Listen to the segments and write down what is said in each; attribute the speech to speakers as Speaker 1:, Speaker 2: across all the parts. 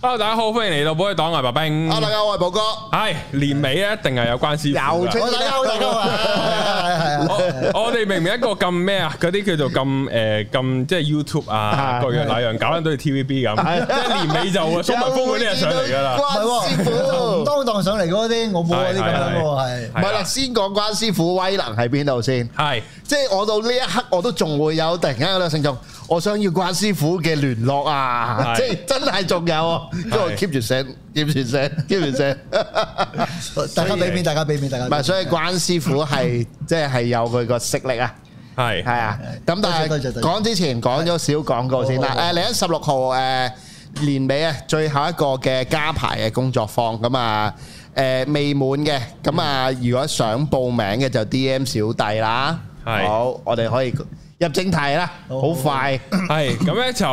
Speaker 1: Hello，大家好，歡迎嚟到寶藥黨，我係白冰。
Speaker 2: 啊，大家好，我係寶哥。
Speaker 1: 係年尾咧，一定係有啊關師傅
Speaker 3: 又
Speaker 1: 㗎
Speaker 3: 出
Speaker 2: 喂大家好大家好
Speaker 3: 啊係啊係係
Speaker 1: 我我哋明明一個咁咩啊，嗰啲叫做咁誒咁即係 YouTube 啊，
Speaker 3: 係
Speaker 1: 各樣那樣搞緊都要 TVB 咁，即係年尾就啊蘇文峰嗰啲就上嚟㗎啦。
Speaker 2: 關師
Speaker 3: 唔
Speaker 2: 傅，
Speaker 3: 當當上嚟嗰啲，我冇嗰啲咁
Speaker 1: 係
Speaker 3: 樣喎，係
Speaker 2: 唔係啦，
Speaker 1: 啦
Speaker 2: 先講關師傅威能喺邊度先。
Speaker 1: 係
Speaker 2: 即係我到呢一刻，我都仲會有突然間有個聽眾，我想要關師傅嘅聯絡啊！
Speaker 1: 係
Speaker 2: 即係真係仲有啊，因為我
Speaker 1: 係
Speaker 2: keep 住聲，keep 住聲，keep 住聲。
Speaker 3: 大家俾面，大家俾面，大家
Speaker 2: 唔
Speaker 3: 俾
Speaker 2: 係，
Speaker 3: 面。
Speaker 2: 所以關師傅係即係有佢個勢力啊！
Speaker 1: 係
Speaker 2: 係啊，咁但
Speaker 3: 多謝
Speaker 2: 係
Speaker 3: 多謝多謝
Speaker 2: 講之前講咗小廣告先啦
Speaker 3: 好。好好
Speaker 2: 誒，嚟緊十六號誒年尾啊，最後一個嘅加排嘅工作坊咁啊，誒未滿嘅咁啊，如果想報名嘅就 DM 小弟啦。
Speaker 1: 係
Speaker 2: 好，我哋可以入正題啦，
Speaker 3: 好
Speaker 2: 好快。
Speaker 1: 係咁咧就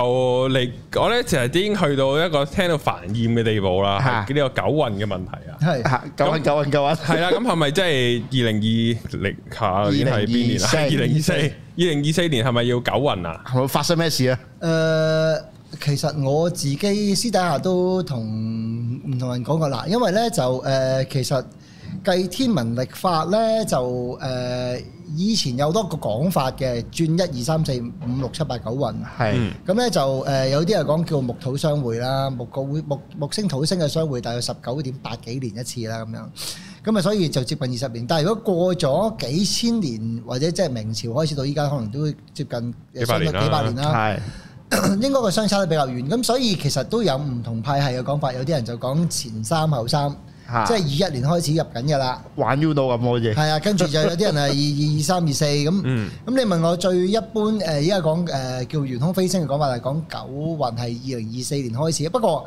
Speaker 1: 嚟我咧就係已經去到一個聽到煩厭嘅地步啦，
Speaker 2: 嚇
Speaker 1: 係呢個九運嘅問題啊。
Speaker 3: 係
Speaker 2: 嚇九蚊九蚊九蚊，
Speaker 1: 係啦，咁係咪即係二零二零下年係邊年啊？
Speaker 2: 2024
Speaker 1: 二零二四，二零二四年係咪要九運啊？
Speaker 2: 係咪發生咩事啊？
Speaker 3: 誒，其實我自己私底下都同唔同人講過啦，因為咧就誒，其實計天文歷法咧就誒，以前有多個講法嘅，轉一二三四五六七八九運。啊
Speaker 2: 係
Speaker 1: 嗯
Speaker 3: 咁咧就誒、呃有啲係講叫木土相會啦，木個會木木星土星嘅相會大約十九點八幾年一次啦咁樣，咁啊所以就接近二十年。但係如果過咗幾千年或者即係明朝開始到依家，可能都接近呃
Speaker 1: 幾百年啦
Speaker 3: 幾百年啦，
Speaker 2: 係
Speaker 3: 應該個相差得比較遠。咁所以其實都有唔同派系嘅講法，有啲人就講前三後三，
Speaker 2: 嚇
Speaker 3: 即係二一年開始入緊嘅啦。
Speaker 2: 玩 U 到咁好似
Speaker 3: 係啊，跟住就有啲人係二二二三二四咁。
Speaker 1: 嗯
Speaker 3: 咁你問我最一般誒，而家講誒叫玄空飛升嘅講法係講九運係二零二四年開始。不過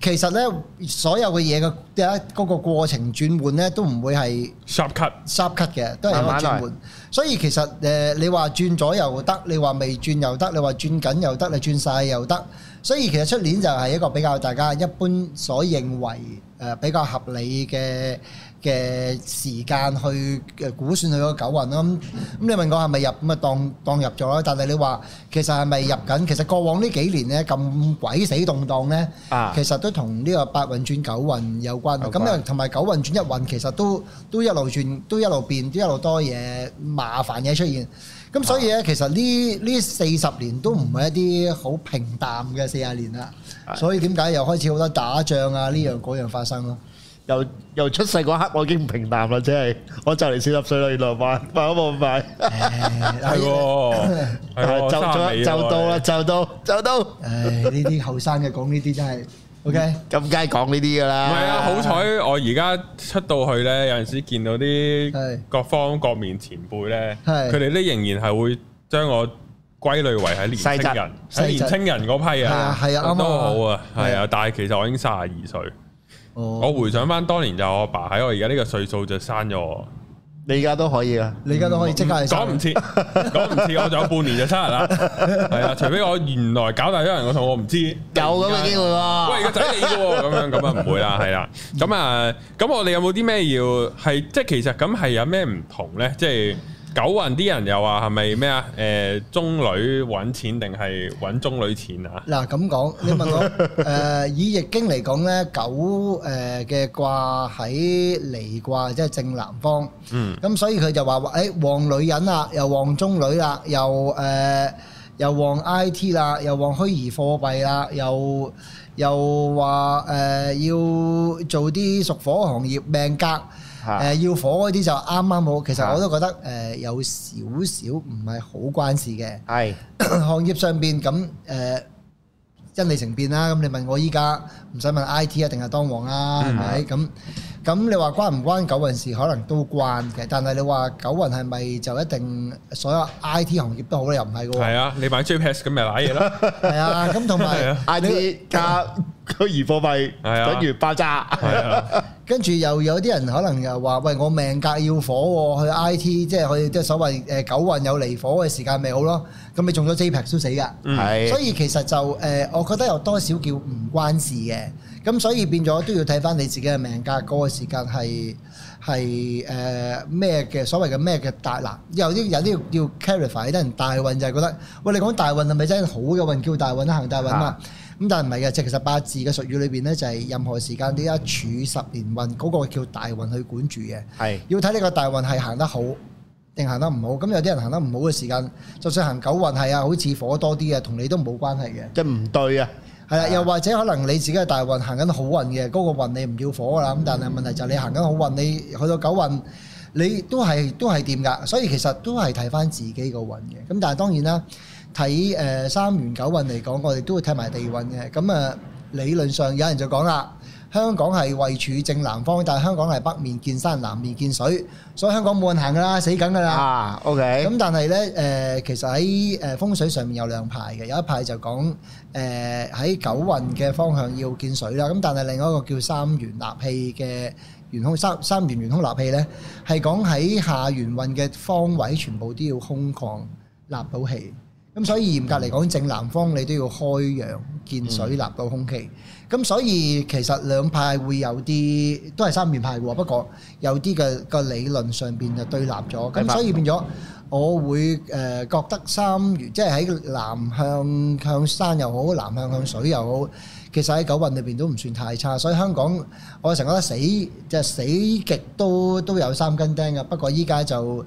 Speaker 3: 其實咧，所有嘅嘢嘅嘅嗰個過程轉換咧，都唔會係
Speaker 1: sharp cut。
Speaker 3: sharp cut 嘅，都係有個
Speaker 2: 慢慢
Speaker 3: 轉
Speaker 2: 嚟
Speaker 3: 換。所以其實誒、呃你話轉左又得，你話未轉又得，你話轉緊又得，你轉晒又得。所以其實出年就係一個比較大家一般所認為誒、呃比較合理嘅嘅時間去誒估算佢個九運啦。咁咁你問我係咪入咁啊？當當入咗啦。但係你話其實係咪入緊？其實過往呢幾年咧咁鬼死動盪咧，
Speaker 2: 啊
Speaker 3: 其實都同呢個八運轉九運有關啊。
Speaker 2: 有關
Speaker 3: 咁啊同埋九運轉一運，其實都都一路轉，都一路變，都一路多嘢麻煩嘢出現。咁所以咧，其實呢呢四十年都唔係一啲好平淡嘅四十年啦。所以點解又開始好多打仗啊呢樣嗰樣發生咯？
Speaker 2: 由由出世嗰刻，我已經唔平淡啦，即係我就嚟四十歲啦，原來慢慢咁快。
Speaker 1: 係喎，係
Speaker 3: 係
Speaker 2: 就
Speaker 1: 喎三十
Speaker 2: 就
Speaker 1: 尾
Speaker 2: 就到啦，
Speaker 1: 喎
Speaker 2: 就到就到，
Speaker 3: 唉，呢啲後生嘅講呢啲真係 OK。
Speaker 2: 咁梗係講呢啲噶
Speaker 1: 唔
Speaker 2: 啦。
Speaker 1: 係啊，好彩我而家出到去咧，有陣時見到啲
Speaker 3: 係
Speaker 1: 各方各面前輩咧，
Speaker 3: 係
Speaker 1: 佢哋咧仍然係會將我歸類為喺年青
Speaker 2: 細
Speaker 1: 人
Speaker 2: 侄，
Speaker 1: 喺年青人嗰批
Speaker 3: 係
Speaker 1: 啊
Speaker 3: 啊，係啊啱啊
Speaker 1: 都好啊，係
Speaker 3: 係
Speaker 1: 啊，但係其實我已經三十二歲，我
Speaker 3: 哦，
Speaker 1: 回想翻當年就我阿爸喺我而家呢個歲數就生咗我，
Speaker 2: 你而家都可以啊。
Speaker 3: 你而家都可以即刻
Speaker 1: 嗯
Speaker 3: 去
Speaker 1: 講唔切，講唔切，我仲有半年就生日 啦，係啊，除非我原來搞大咗人個肚，我唔知。
Speaker 2: 有咁嘅機會
Speaker 1: 喂
Speaker 3: 啊
Speaker 2: 喎，
Speaker 1: 個仔你嘅喎，咁樣咁啊唔會啦，係啦。
Speaker 3: 嗯
Speaker 1: 咁啊，咁我哋有冇啲咩要係即係其實咁係有咩唔同咧？即係九運啲人又話係咪咩啊？誒中女揾錢定係揾中女錢啊？
Speaker 3: 嗱 咁講，你問我誒、以易經嚟講咧，九呃誒嘅卦喺離卦，即係正南方。
Speaker 1: 嗯。
Speaker 3: 咁所以佢就話：，誒、旺女人啦，又旺中女啦，又誒、又旺 I T 啦，又旺虛擬貨幣啦，又又話誒、呃要做啲屬火行業命格，誒、要火嗰啲就啱啱好。其實我都覺得誒、有少少唔係好關事嘅。
Speaker 2: 係
Speaker 3: 行業上邊咁誒因利成變啦。咁你問我依家唔使問 I T 一定係當王啦，係咪？咁咁你話關唔關九運事？可能都關嘅。但係你話九運係咪就一定所有 I T 行業都好咧？又唔係嘅
Speaker 1: 係
Speaker 3: 喎。
Speaker 1: 啊，你買 JPS 咁咪揦嘢 啦，
Speaker 3: 係啊，咁同
Speaker 1: 係
Speaker 3: 埋
Speaker 1: 啊
Speaker 2: I T 加虛擬貨幣
Speaker 1: 係啊
Speaker 2: 等於爆炸，
Speaker 1: 係啊，
Speaker 3: 跟住又有啲人可能又話：喂，我命格要火喎，去 I T 即係去即係所謂誒九運有離火嘅時間咪好咯。咁你中咗 JPEX 都死㗎。所
Speaker 2: 係
Speaker 3: 以其實就誒、呃我覺得有多少叫唔關事嘅，咁所以變咗都要睇翻你自己嘅命格嗰個時間係係誒咩嘅所謂嘅咩嘅大嗱，有啲有啲要要 clarify，有啲人大運就係覺得，喂你講大運係咪真係好嘅運叫大運啊行大運啊？咁但係唔係嘅，即係其實八字嘅術語裏邊咧，就係任何時間都一處十年運，嗰、個叫大運去管住嘅。
Speaker 2: 係
Speaker 3: 要睇你個大運係行得好定行得唔好。咁有啲人行得唔好嘅時間，就算行九運係啊，好似火多啲嘅，同你都冇關係嘅。
Speaker 2: 即係唔對啊，
Speaker 3: 係啦，又或者可能你自己嘅大運行緊好運嘅，嗰、個運你唔要火㗎啦。咁但係問題就係你行緊好運，你去到九運，你都係都係掂㗎。所以其實都係睇翻自己個運嘅。咁但係當然啦，睇誒、呃三元九運嚟講，我哋都會睇埋地運嘅。咁啊、理論上有人就講啦。香港係位處正南方，但係香港係北面見山，南面見水，所以香港冇人行㗎啦，死梗㗎啦。
Speaker 2: 啊，OK，
Speaker 3: 咁但係咧，誒、其實喺誒風水上面有兩派嘅，有一派就講誒喺九運嘅方向要見水啦，咁但係另外一個叫三元納氣嘅元空三三元元空納氣咧，係講喺下元運嘅方位全部都要空曠納到氣，咁所以嚴格嚟講，正南方你都要開陽見水納到空氣，咁、所以其實兩派會有啲都係三面派喎，不過有啲嘅個理論上邊就對立咗，
Speaker 2: 明
Speaker 3: 咁
Speaker 2: 白
Speaker 3: 所以變咗。我會誒、呃、覺得三元，即係喺南向向山又好，南向向水又好，其實喺九運裏邊都唔算太差，所以香港我成日覺得死即係死極都都有三根釘嘅，不過依家就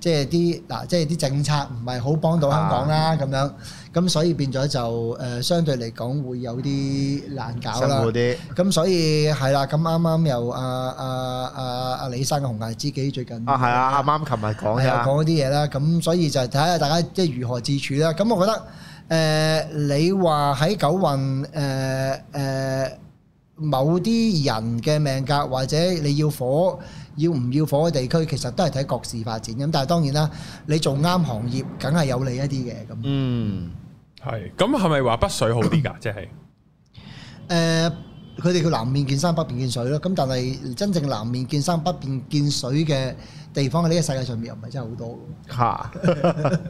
Speaker 3: 即係啲嗱，即係啲政策唔係好幫到
Speaker 2: 啊
Speaker 3: 香港啦咁、樣，咁所以變咗就誒、呃相對嚟講會有啲難搞
Speaker 2: 辛
Speaker 3: 啦
Speaker 2: 苦。啲，
Speaker 3: 咁所以係啦，咁啱啱又阿啊阿阿阿啊李生嘅紅顏知己最近
Speaker 2: 啊係啊，啱啱琴日講
Speaker 3: 係啊，
Speaker 2: 嘅，
Speaker 3: 講嗰啲嘢啦，咁所以就睇下大家即係如何自處啦。咁我覺得誒、呃你話喺九運誒誒、呃呃某啲人嘅命格或者你要火要唔要火嘅地區，其實都係睇各自發展。咁但係當然啦，你做啱行業，梗係有利一啲嘅咁。
Speaker 2: 嗯，
Speaker 1: 係咁係咪話北水好啲㗎？即係
Speaker 3: 誒，呃佢哋叫南面見山，北面見水咯。咁但係真正南面見山，北面見水嘅地方喺呢個世界上面又唔係真係好多嘅。
Speaker 2: 嚇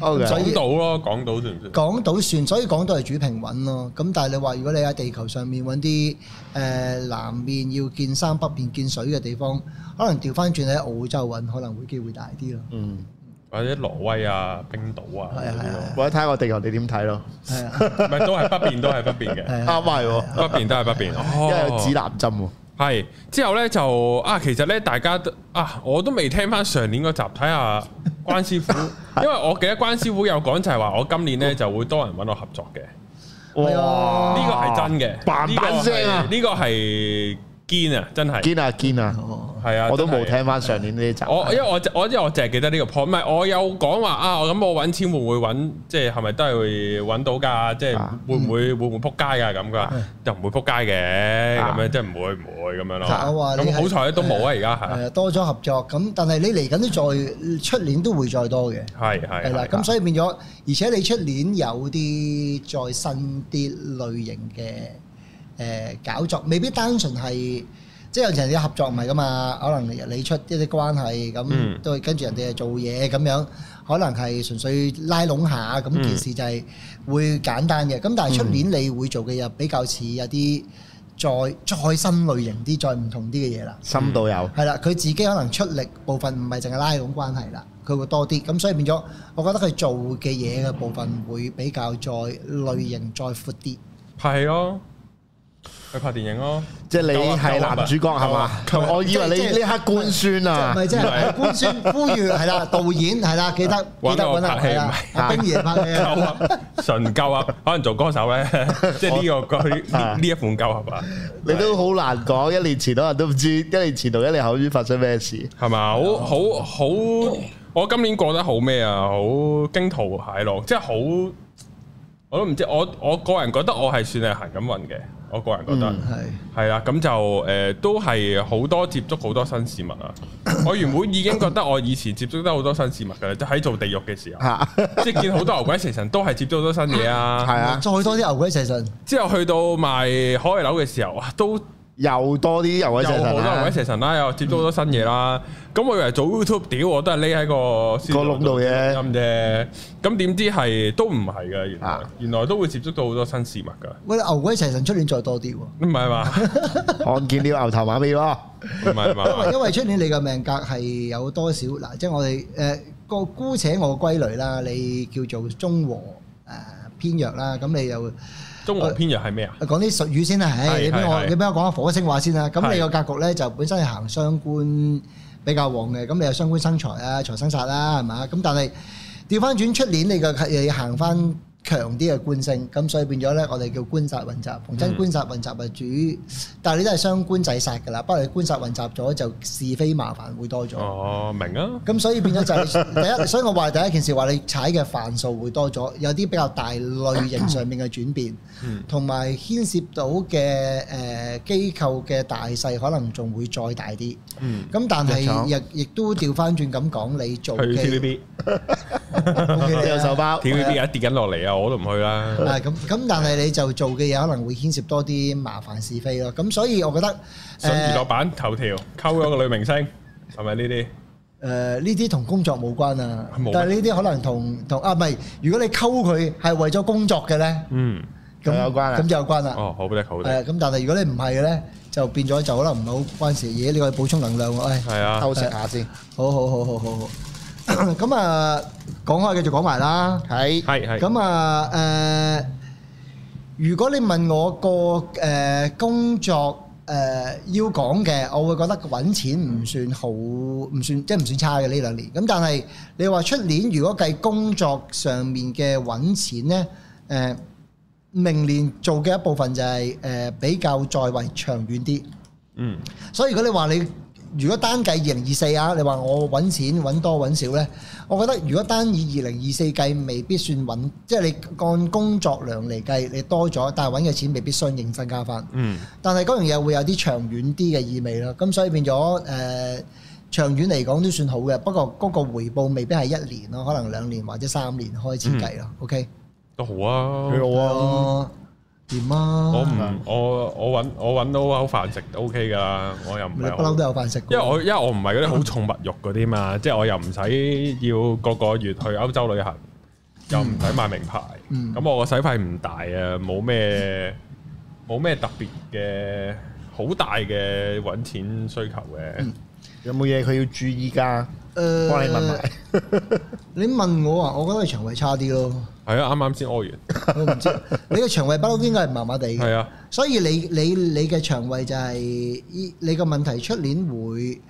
Speaker 2: ，OK，
Speaker 3: 所
Speaker 1: 港
Speaker 3: 以
Speaker 1: 島咯，港島算唔算？
Speaker 3: 港島算，所以港島係主平穩咯。咁但係你話如果你喺地球上面揾啲誒南面要見山，北面見水嘅地方，可能調翻轉喺澳洲揾，可能會機會大啲咯。
Speaker 2: 嗯。
Speaker 1: 或者挪威啊、冰島啊
Speaker 3: 係啊
Speaker 1: 嗰啲咯，
Speaker 2: 或者睇下我地球你點睇咯，
Speaker 3: 係啊，
Speaker 1: 唔係都係北邊，都係北邊嘅，
Speaker 3: 係
Speaker 2: 啱
Speaker 3: 啊，
Speaker 2: 係喎，
Speaker 1: 北邊都係北邊。
Speaker 2: 因
Speaker 1: 哦，
Speaker 2: 為有指南針喎，
Speaker 1: 係之後咧就啊，其實咧大家都啊，我都未聽翻上年嗰集，睇下關師 傅，因為我記得關師傅有講就係話，我今年
Speaker 2: 哦
Speaker 1: 咧就會多人揾我合作嘅，呢
Speaker 3: 係
Speaker 1: 個
Speaker 3: 啊
Speaker 1: 係真嘅，
Speaker 2: 嘭嘭聲啊
Speaker 1: 呢個係呢個係堅啊，真係
Speaker 2: 堅啊堅啊，
Speaker 3: 哦，
Speaker 1: 係啊，
Speaker 2: 我都冇
Speaker 1: 真係。
Speaker 2: 聽翻上年呢啲集，
Speaker 1: 我因為我就我因為我淨係記得呢個 point，唔係我有講話啊，我咁我揾錢會唔會揾，即係係咪都係會揾到㗎？即係
Speaker 2: 啊
Speaker 1: 會唔會會唔會撲街㗎？咁佢話就唔會撲街嘅，
Speaker 2: 啊
Speaker 1: 咁樣即係唔會唔會咁樣咯。
Speaker 3: 啊我話你
Speaker 1: 咁
Speaker 3: 係
Speaker 1: 好彩都冇啊，而家係
Speaker 3: 係啊，多咗合作咁，但係你嚟緊都再出年都會再多嘅。
Speaker 1: 係係
Speaker 3: 係啦，咁所以變咗，而且你出年有啲再新啲類型嘅誒、呃搞作，未必單純係即係有時你合作唔係噶嘛，可能你出一啲關係
Speaker 1: 嗯
Speaker 3: 咁，都係跟住人哋做嘢咁樣，可能係純粹拉攏下咁
Speaker 1: 嗯
Speaker 3: 件事就係會簡單嘅。咁但係出年你會做嘅又比較似有啲再再新類型啲、再唔同啲嘅嘢啦。
Speaker 2: 深度有，
Speaker 1: 嗯
Speaker 3: 係啦，佢自己可能出力部分唔係淨係拉攏關係啦，佢會多啲，咁所以變咗，我覺得佢做嘅嘢嘅部分會比較再類型再闊啲。
Speaker 1: 拍戲咯，去拍電影咯。
Speaker 2: 即係你
Speaker 1: 啊
Speaker 2: 係男主角係嘛？我以為
Speaker 3: 即係
Speaker 2: 你呢刻官宣
Speaker 3: 即係
Speaker 2: 啊
Speaker 3: 唔，係即係係官宣呼籲係啦，導演係啦，記得記得
Speaker 1: 搵我
Speaker 3: 揾啦，
Speaker 1: 啊拍戲
Speaker 3: 係啦，
Speaker 1: 唔係
Speaker 3: 阿冰爺拍 嘅
Speaker 1: 夠 啊，純夠啊！可能做歌手咧，即係呢個佢呢
Speaker 2: 啊
Speaker 1: 呢一款夠合啊，
Speaker 2: 你都好難講。一年前可能都唔知，一年前同一年後先發生咩事。
Speaker 1: 係嘛？好好好，我今年過得好咩啊？好驚濤駭浪，即係好，我都唔知。我我個人覺得我係算係行緊運嘅，我個人覺得。
Speaker 2: 嗯
Speaker 3: 係
Speaker 1: 係啦，咁就誒、呃都係好多接觸好多新事物啊！我原本已經覺得我以前接觸得好多新事物㗎啦，就喺做地獄嘅時候，
Speaker 2: 嚇，
Speaker 1: 即係見好多牛鬼蛇神都係接觸好多新嘢啊！
Speaker 2: 係啊
Speaker 3: 再，多啲牛鬼蛇神，
Speaker 1: 之後去到賣海樓嘅時候，哇，都
Speaker 2: 又多啲牛鬼
Speaker 1: 有
Speaker 2: 蛇
Speaker 1: 好
Speaker 2: 神啊
Speaker 1: 多牛
Speaker 2: 啦
Speaker 1: 鬼，蛇神啦，又接觸好多新嘢啦。咁我以為做 YouTube 屌我都係匿喺個先
Speaker 2: 個窿度嘅
Speaker 1: 音啫，咁點知係都唔係㗎，原來
Speaker 2: 啊
Speaker 1: 原來都會接觸到好多新事物㗎，
Speaker 3: 喂牛鬼蛇神出年再多啲喎。
Speaker 1: 唔係 嘛？
Speaker 2: 看見了牛頭馬尾喎。
Speaker 1: 唔係
Speaker 3: 因為
Speaker 1: 嘛？
Speaker 3: 因為出年你嘅命格係有多少嗱，即係我哋誒個姑且我歸類啦，你叫做中和誒、呃、偏弱啦，咁你又
Speaker 1: 中和偏弱係咩啊？
Speaker 3: 講啲術語先啦，唉，
Speaker 1: 係
Speaker 3: 你俾我
Speaker 1: 係係
Speaker 3: 你俾我講下火星話先啦。咁
Speaker 1: 係
Speaker 3: 你個格局咧就本身係行雙官比較旺嘅，咁你有雙官生財啊、財生殺啦，係嘛？咁但係調翻轉出年你個你行翻強啲嘅官星，咁所以變咗咧，我哋叫官殺混雜。逢真
Speaker 1: 嗯
Speaker 3: 官殺混雜係主，但係你都係雙官仔殺㗎啦。不過你官殺混雜咗就是非麻煩會多咗。
Speaker 1: 哦，明啊，
Speaker 3: 咁所以變咗就係第一，所以我話第一件事話你踩嘅範數會多咗，有啲比較大類型上面嘅轉變
Speaker 1: 嗯，
Speaker 3: 同埋牽涉到嘅誒機構嘅大細可能仲會再大啲。
Speaker 1: 嗯，
Speaker 3: 咁但
Speaker 2: 一廠
Speaker 3: 係亦亦都調翻轉咁講，你
Speaker 1: 去
Speaker 3: 做嘅
Speaker 1: TVB。
Speaker 3: OK 啦
Speaker 1: TVB 而家跌緊落嚟啊，我都唔去啦。
Speaker 3: 啊咁咁，但係你就做嘅嘢可能會牽涉多啲麻煩是非咯。咁所以我覺得呃
Speaker 1: 上娛樂
Speaker 3: 誒
Speaker 1: 版頭條，溝咗個女明星，係咪呢啲？
Speaker 3: 誒呃呢啲同工作冇關啊
Speaker 1: 冇咩，
Speaker 3: 但係呢啲可能同同啊唔係，如果你溝佢係為咗工作嘅咧。
Speaker 1: 嗯，
Speaker 3: 咁
Speaker 2: 就有關啦
Speaker 3: 咁就有關
Speaker 2: 啊
Speaker 3: 啦。
Speaker 1: 哦，好的，好的，
Speaker 3: 誒，咁但係如果你唔係嘅咧，就變咗就可能唔係好關事。嘢。呢個補充能量喎，唉，
Speaker 1: 係啊，
Speaker 2: 偷食下先，
Speaker 3: 好好好好好好。 咁啊，講開繼續講埋啦。
Speaker 2: 喺
Speaker 1: 係係。
Speaker 3: 咁啊，誒，如果你問我個誒工作誒要講嘅，我會覺得揾錢唔算好，唔算即係唔算差嘅呢兩年。咁但係你話出年如果計工作上面嘅揾錢呢，誒明年做嘅一部分就係誒比較再為長遠啲。
Speaker 1: 嗯，
Speaker 3: 所以如果你話你如果單計二零二四啊，你話我揾錢揾多揾少呢？我覺得如果單以二零二四計，未必算揾，即係你按工作量嚟計，你多咗，但係揾嘅錢未必相應增加翻。
Speaker 1: 嗯，
Speaker 3: 但係嗰樣嘢會有啲長遠啲嘅意味咯，咁所以變咗誒、呃、長遠嚟講都算好嘅，不過嗰個回報未必係一年咯，可能兩年或者三年開始計咯。OK，
Speaker 1: 都好啊。
Speaker 2: 嗯好啊，
Speaker 3: 哦，點啊？
Speaker 1: 我
Speaker 3: 咪
Speaker 1: 唔，我我揾我揾到口飯食都 OK 噶啦，我又唔
Speaker 3: 你
Speaker 1: 係
Speaker 3: 不
Speaker 1: 好
Speaker 3: 嬲。都有飯食㗎喎。
Speaker 1: 因為我因為我唔係嗰啲好重物欲嗰啲嘛， 即係我又唔使要個個月去歐洲旅行，又唔使買名牌，咁、
Speaker 3: 嗯
Speaker 1: 我個使費唔大啊，冇咩冇咩特別嘅好大嘅揾錢需求嘅。
Speaker 3: 嗯
Speaker 2: 有冇嘢佢要注意㗎？
Speaker 3: 誒
Speaker 2: 幫你問埋。
Speaker 3: 你問我啊，我覺得佢腸胃差啲咯，
Speaker 1: 係啊，啱啱先屙完，
Speaker 3: 我唔知你嘅腸胃不嬲應該係麻麻地嘅，
Speaker 1: 係啊，
Speaker 3: 所以你你你嘅腸胃就係、依你個問題出年會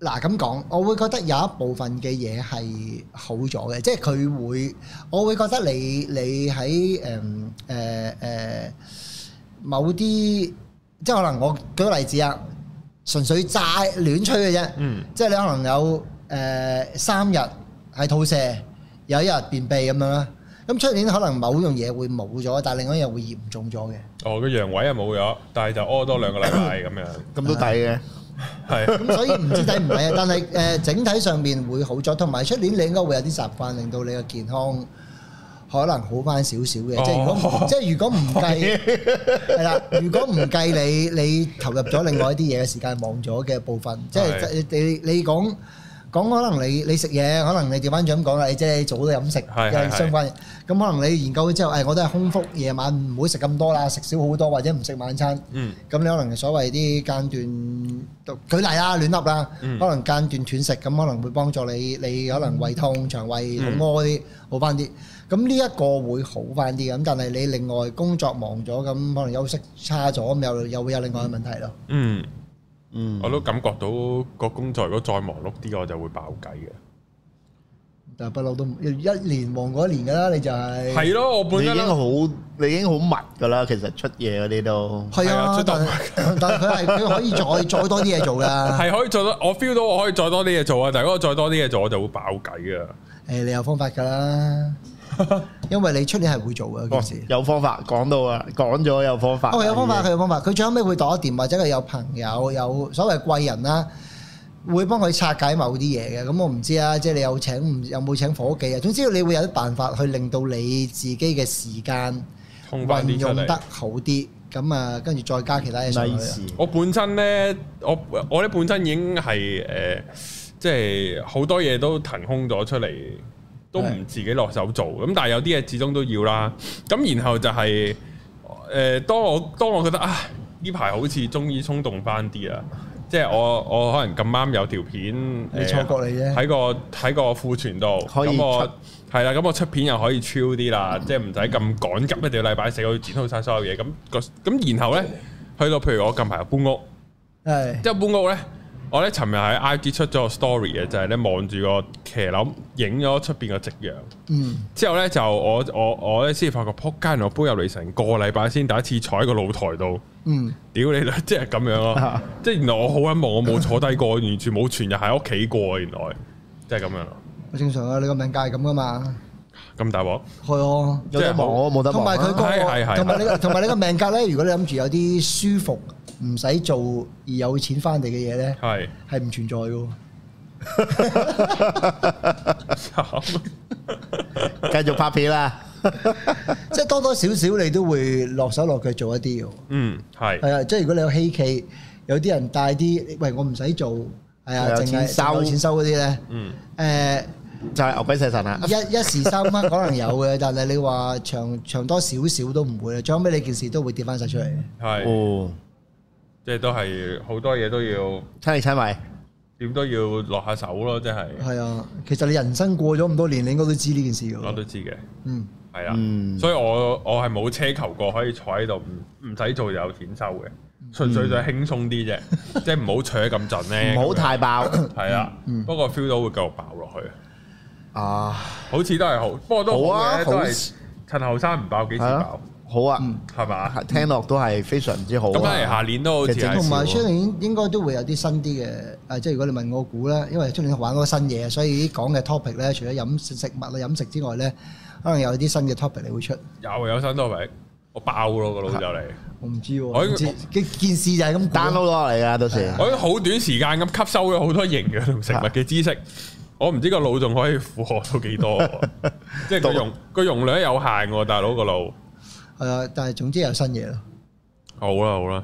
Speaker 3: 嗱咁講，我會覺得有一部分嘅嘢係好咗嘅，即係佢會，我會覺得你你喺誒誒誒某啲，即係可能我舉個例子啊，純粹齋亂吹嘅啫。
Speaker 1: 嗯
Speaker 3: 即係你可能有誒、呃三日係吐瀉，有一日便秘咁樣啦。咁出年可能某樣嘢會冇咗，但係另外一樣會嚴重咗嘅。
Speaker 1: 哦個陽痿又冇咗，但係就屙多兩個禮拜咁樣，
Speaker 2: 咁都抵嘅，
Speaker 1: 係
Speaker 3: 咁所以唔知抵唔抵啊？但係誒、呃整體上面會好咗，同埋出年你應該會有啲習慣，令到你嘅健康可能好翻少少嘅。即係如果唔
Speaker 1: 哦
Speaker 3: 即係如果唔 計係啦，如果唔計你你投入咗另外一啲嘢嘅時間，忘咗嘅部分，即係你你你講。講可能你你食嘢，可能你調翻轉咁講啦，你即係做到飲食
Speaker 1: 係係
Speaker 3: 嘅
Speaker 1: 係
Speaker 3: 相關嘢。咁可能你研究咗之後，誒、我都係空腹夜晚唔好食咁多啦，食少好多或者唔食晚餐。
Speaker 1: 嗯
Speaker 3: 咁你可能所謂啲間斷，舉例啦，亂噏啦，
Speaker 1: 嗯
Speaker 3: 可能間斷斷食，咁可能會幫助你，你可能胃痛、腸胃肚屙嗰啲好翻啲。咁呢一個會好翻啲咁，但係你另外工作忙咗，咁可能休息差咗，咁又又會有另外嘅問題咯。
Speaker 1: 嗯，
Speaker 2: 嗯
Speaker 1: 我，都感覺到個工作如果再忙碌啲，我就會爆計嘅。
Speaker 3: 但係不嬲都唔一年忙過一年㗎啦，你就係
Speaker 1: 係咯，我
Speaker 2: 你
Speaker 1: 本
Speaker 2: 已
Speaker 1: 身
Speaker 2: 經
Speaker 1: 都
Speaker 2: 好，你已經好密㗎啦，其實出嘢嗰啲都。
Speaker 3: 係
Speaker 1: 係啊
Speaker 3: 啊
Speaker 1: 出，到
Speaker 3: 但係 但係佢係佢可以再再多啲嘢做
Speaker 1: 係
Speaker 3: 㗎。
Speaker 1: 可以做到，我 feel 到我可以再多啲嘢做啊！但係如果我再多啲嘢做，我就會爆計啊噶。
Speaker 3: 誒，你有方法㗎啦，因為你出年係會做嘅嗰
Speaker 2: 哦
Speaker 3: 件事。
Speaker 2: 有方法講到啊，講咗有方法。
Speaker 3: 哦，佢有方法，佢有方法。佢最後尾會打電話，或者佢有朋友，有所謂貴人啦，會幫佢拆解某啲嘢嘅。咁我唔知啊，即係你有請唔有冇請伙計啊？總之你會有啲辦法去令到你自己嘅時間
Speaker 1: 通翻
Speaker 3: 運
Speaker 1: 啲出
Speaker 3: 用得
Speaker 1: 嚟。
Speaker 3: 好啲。咁啊，跟住再加其他嘢上去啊。
Speaker 2: Nice
Speaker 1: 我本身咧，我我咧本身已經係誒、呃即係好多嘢都騰空咗出嚟，都唔自己落手做。咁但係有啲嘢始終都要啦。咁然後就係、呃誒、當我當我覺得啊，呢排好似終於衝動翻啲啊，即即係我我可能咁啱有條片，呃
Speaker 3: 你
Speaker 1: 誒
Speaker 3: 錯覺你啫
Speaker 1: 喺個喺個庫存度，
Speaker 2: 可以
Speaker 1: 咁我
Speaker 2: 出
Speaker 1: 係啦，咁我出片又可以超啲啦，即係唔使咁趕急，一定要禮拜四我要剪好晒所有嘢，咁個咁然後咧，去到譬如我近排又搬屋。
Speaker 3: 係
Speaker 1: 即係搬屋咧，我咧尋日喺 IG 出咗個 story 嘅，就係咧望住個騎樓影咗出邊個夕陽。
Speaker 3: 嗯
Speaker 1: 之後咧就我我我咧先發覺撲街，原來我搬入嚟成個禮拜先第一次坐喺個露台度。
Speaker 3: 嗯
Speaker 1: 屌你啦，即係咁樣咯
Speaker 2: 啊，
Speaker 1: 即係原來我好撚忙，我冇坐低過，完全冇全日喺屋企過，原來即係咁樣咯，
Speaker 3: 正常啊！你個命格係咁噶嘛，
Speaker 1: 咁大鑊。
Speaker 3: 係哦。
Speaker 2: 有得望我冇得
Speaker 3: 同
Speaker 2: 望
Speaker 3: 埋佢
Speaker 2: 啊。
Speaker 3: 個
Speaker 1: 係係係
Speaker 3: 同埋你個同埋你個命格咧，如果你諗住有啲舒服唔使做而有錢翻嚟嘅嘢 咧，
Speaker 1: 係
Speaker 3: 係唔存在嘅喎。
Speaker 2: 繼續拍片啦，
Speaker 3: 即係多多少少你都會落手落腳做一啲嘅喎。
Speaker 1: 嗯係
Speaker 3: 係啊，即係如果你有希冀，有啲人帶啲，喂，我唔使做，係啊，
Speaker 2: 有
Speaker 3: 淨
Speaker 2: 錢
Speaker 3: 係
Speaker 2: 收
Speaker 3: 淨有錢收嗰啲咧。
Speaker 1: 嗯
Speaker 3: 誒，
Speaker 2: 就係牛鬼蛇神啦。
Speaker 3: 一一時三刻可能有嘅，但係你話長長多少少都唔會啦。最後尾你件事都會跌翻晒出嚟嘅。
Speaker 1: 係，
Speaker 2: 哦，
Speaker 1: 即係都係好多嘢都要
Speaker 2: 親力親為，
Speaker 1: 點都要落下手咯，即係
Speaker 3: 係啊，其實你人生過咗咁多年，你應該都知呢件事
Speaker 1: 我
Speaker 3: 嘅。
Speaker 1: 都知嘅。
Speaker 3: 嗯，
Speaker 1: 系啦，
Speaker 2: 嗯
Speaker 1: 啊所以我我係冇奢求過可以坐喺度唔唔使做就有錢收嘅，
Speaker 2: 嗯
Speaker 1: 純粹就係輕鬆啲啫， 即係唔好扯咁盡咧，
Speaker 2: 唔好太嗯爆
Speaker 1: 系啦。不過 feel 到會繼續爆落去，
Speaker 2: 啊！
Speaker 1: 好似都係好，不過都
Speaker 2: 好啊
Speaker 1: 嘅，都
Speaker 2: 好
Speaker 1: 係趁後生唔爆幾時
Speaker 2: 係啊
Speaker 1: 爆，
Speaker 2: 好啊，
Speaker 1: 係嘛？
Speaker 2: 聽落都係非常之好
Speaker 1: 咁
Speaker 2: 啊
Speaker 1: 嚟。下年都好似
Speaker 2: 其實
Speaker 1: 係
Speaker 2: 正
Speaker 3: 同埋
Speaker 2: 少喎
Speaker 3: 出年應該都會有啲新啲嘅，誒，即係如果你問我估啦，因為出年玩嗰個新嘢，所以講嘅 topic 咧，除咗飲食食物啊、飲食之外咧，可能有啲新嘅 topic 你會出。
Speaker 1: 又有新多位，我爆咯個腦就嚟，
Speaker 3: 我唔知喎，
Speaker 1: 我
Speaker 3: 唔知嘅件事就係咁
Speaker 2: download 落嚟㗎，到時
Speaker 1: 我都好短時間咁吸收咗好多營養同食物嘅知識。我唔知個腦仲可以負荷到幾多喎，即係個容個容量有限喎，大佬個腦。
Speaker 3: 係啊，但係總之有新嘢咯。
Speaker 1: 好啦好啦，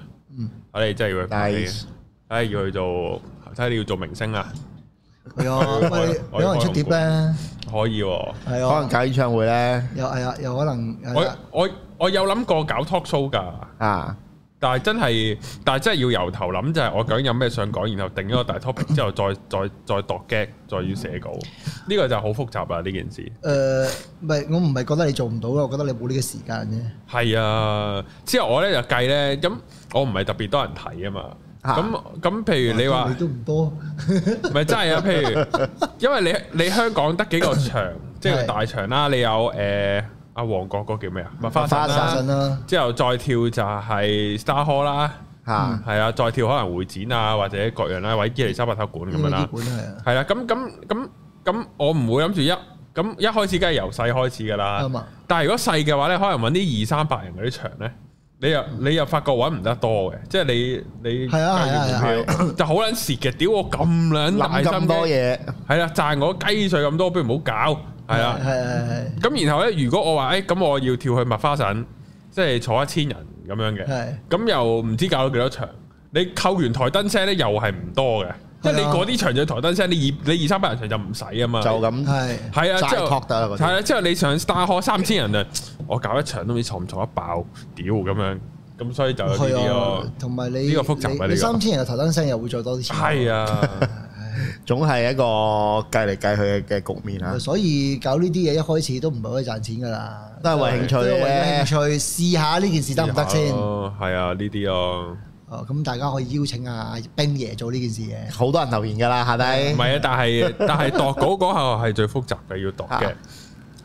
Speaker 1: 我哋真係要去拍戲
Speaker 2: Nice
Speaker 1: 睇下要去做，睇下你要做明星啦，
Speaker 3: 係啊，喂，你
Speaker 1: 我
Speaker 3: 你可能出碟咧，
Speaker 1: 可以喎。
Speaker 3: 係
Speaker 2: 可能
Speaker 3: 啊，
Speaker 2: 搞演唱會咧
Speaker 3: 又係啊，又可能係
Speaker 1: 我
Speaker 3: 啊，
Speaker 1: 我我有諗過搞 talk show 噶，
Speaker 2: 啊，
Speaker 1: 但係真係，但係真係要由頭諗，就係我究竟有咩想講，然後定咗個大 topic 之後，再再再度 g 再要寫稿，呢個就好複雜啦呢件事。
Speaker 3: 誒，唔係我唔係覺得你做唔到啊，我覺得你冇呢個時間啫。
Speaker 1: 係啊，之後我咧就計咧，咁我唔係特別多人睇啊嘛，
Speaker 2: 啊
Speaker 1: 咁咁譬如你話
Speaker 3: 你。都唔多，
Speaker 1: 咪真係啊！譬如，因為你你香港得幾個 場，即係大場啦，你有誒阿黃國嗰個叫咩啊？麥花
Speaker 2: 花
Speaker 1: 臣
Speaker 3: 散
Speaker 1: 啦，
Speaker 3: 陣啦，
Speaker 1: 之後再跳就係 Star Hall 啦，
Speaker 2: 嚇
Speaker 1: 係啊，再跳可能會展啊，或者各樣啦，或者伊利沙伯體育館咁樣
Speaker 3: 呢啲
Speaker 1: 啦，
Speaker 3: 管係啊，
Speaker 1: 係啦，咁咁咁咁，我唔會諗住一咁一開始梗係由細開始㗎啦
Speaker 3: 啱啊。
Speaker 1: 但係如果細嘅話咧，可能揾啲二三百人嗰啲場咧。你又你又發覺揾唔得多嘅，即係你你
Speaker 3: 嗯係啊係啊係
Speaker 1: 就好撚蝕嘅，屌我咁撚大
Speaker 2: 諗
Speaker 1: 心
Speaker 2: 咁多
Speaker 1: 機
Speaker 2: 嘢，
Speaker 1: 係啦，賺我雞碎咁多，不如唔好搞，係
Speaker 3: 係啊
Speaker 1: 啦。
Speaker 3: 係係
Speaker 1: 咁然後咧，如果我話誒，哎咁、我要跳去麥花臣，即係坐一千人咁樣嘅，
Speaker 3: 係
Speaker 1: 咁又唔知搞咗幾多場。你扣完台燈聲咧，又係唔多嘅，因為你
Speaker 3: 係啊
Speaker 1: 嗰啲場就台燈聲，你二你二三百人場就唔使啊嘛。
Speaker 2: 就咁
Speaker 3: 係
Speaker 1: 係啊，
Speaker 2: 齋
Speaker 1: 之後
Speaker 2: talk 得啦嗰啲
Speaker 1: 係啊，之後你上 Star Hall 三千人啊，我搞一場都唔知坐唔坐得爆，屌咁樣，咁所以就有呢啲
Speaker 3: 係
Speaker 1: 咯
Speaker 3: 啊，。同埋你
Speaker 1: 呢個複雜啊
Speaker 3: 你
Speaker 1: 呢個
Speaker 3: 你三千人嘅頭燈聲又會再多啲錢，
Speaker 1: 係啊。
Speaker 2: 總係一個計嚟計去嘅局面啊，
Speaker 3: 所以搞呢啲嘢一開始都唔係可以賺錢㗎啦，
Speaker 2: 都係為興趣
Speaker 3: 都係為咗興
Speaker 2: 嘅。
Speaker 3: 趣試下呢件事得唔得先？
Speaker 1: 哦，係啊，呢啲咯。
Speaker 3: 哦，咁大家可以邀請阿冰爺做呢件事嘅。
Speaker 2: 好多人留言㗎啦，下
Speaker 1: 唔
Speaker 2: 低
Speaker 1: 係啊，但係但係度稿嗰下係最複雜嘅，要度嘅
Speaker 2: 啊，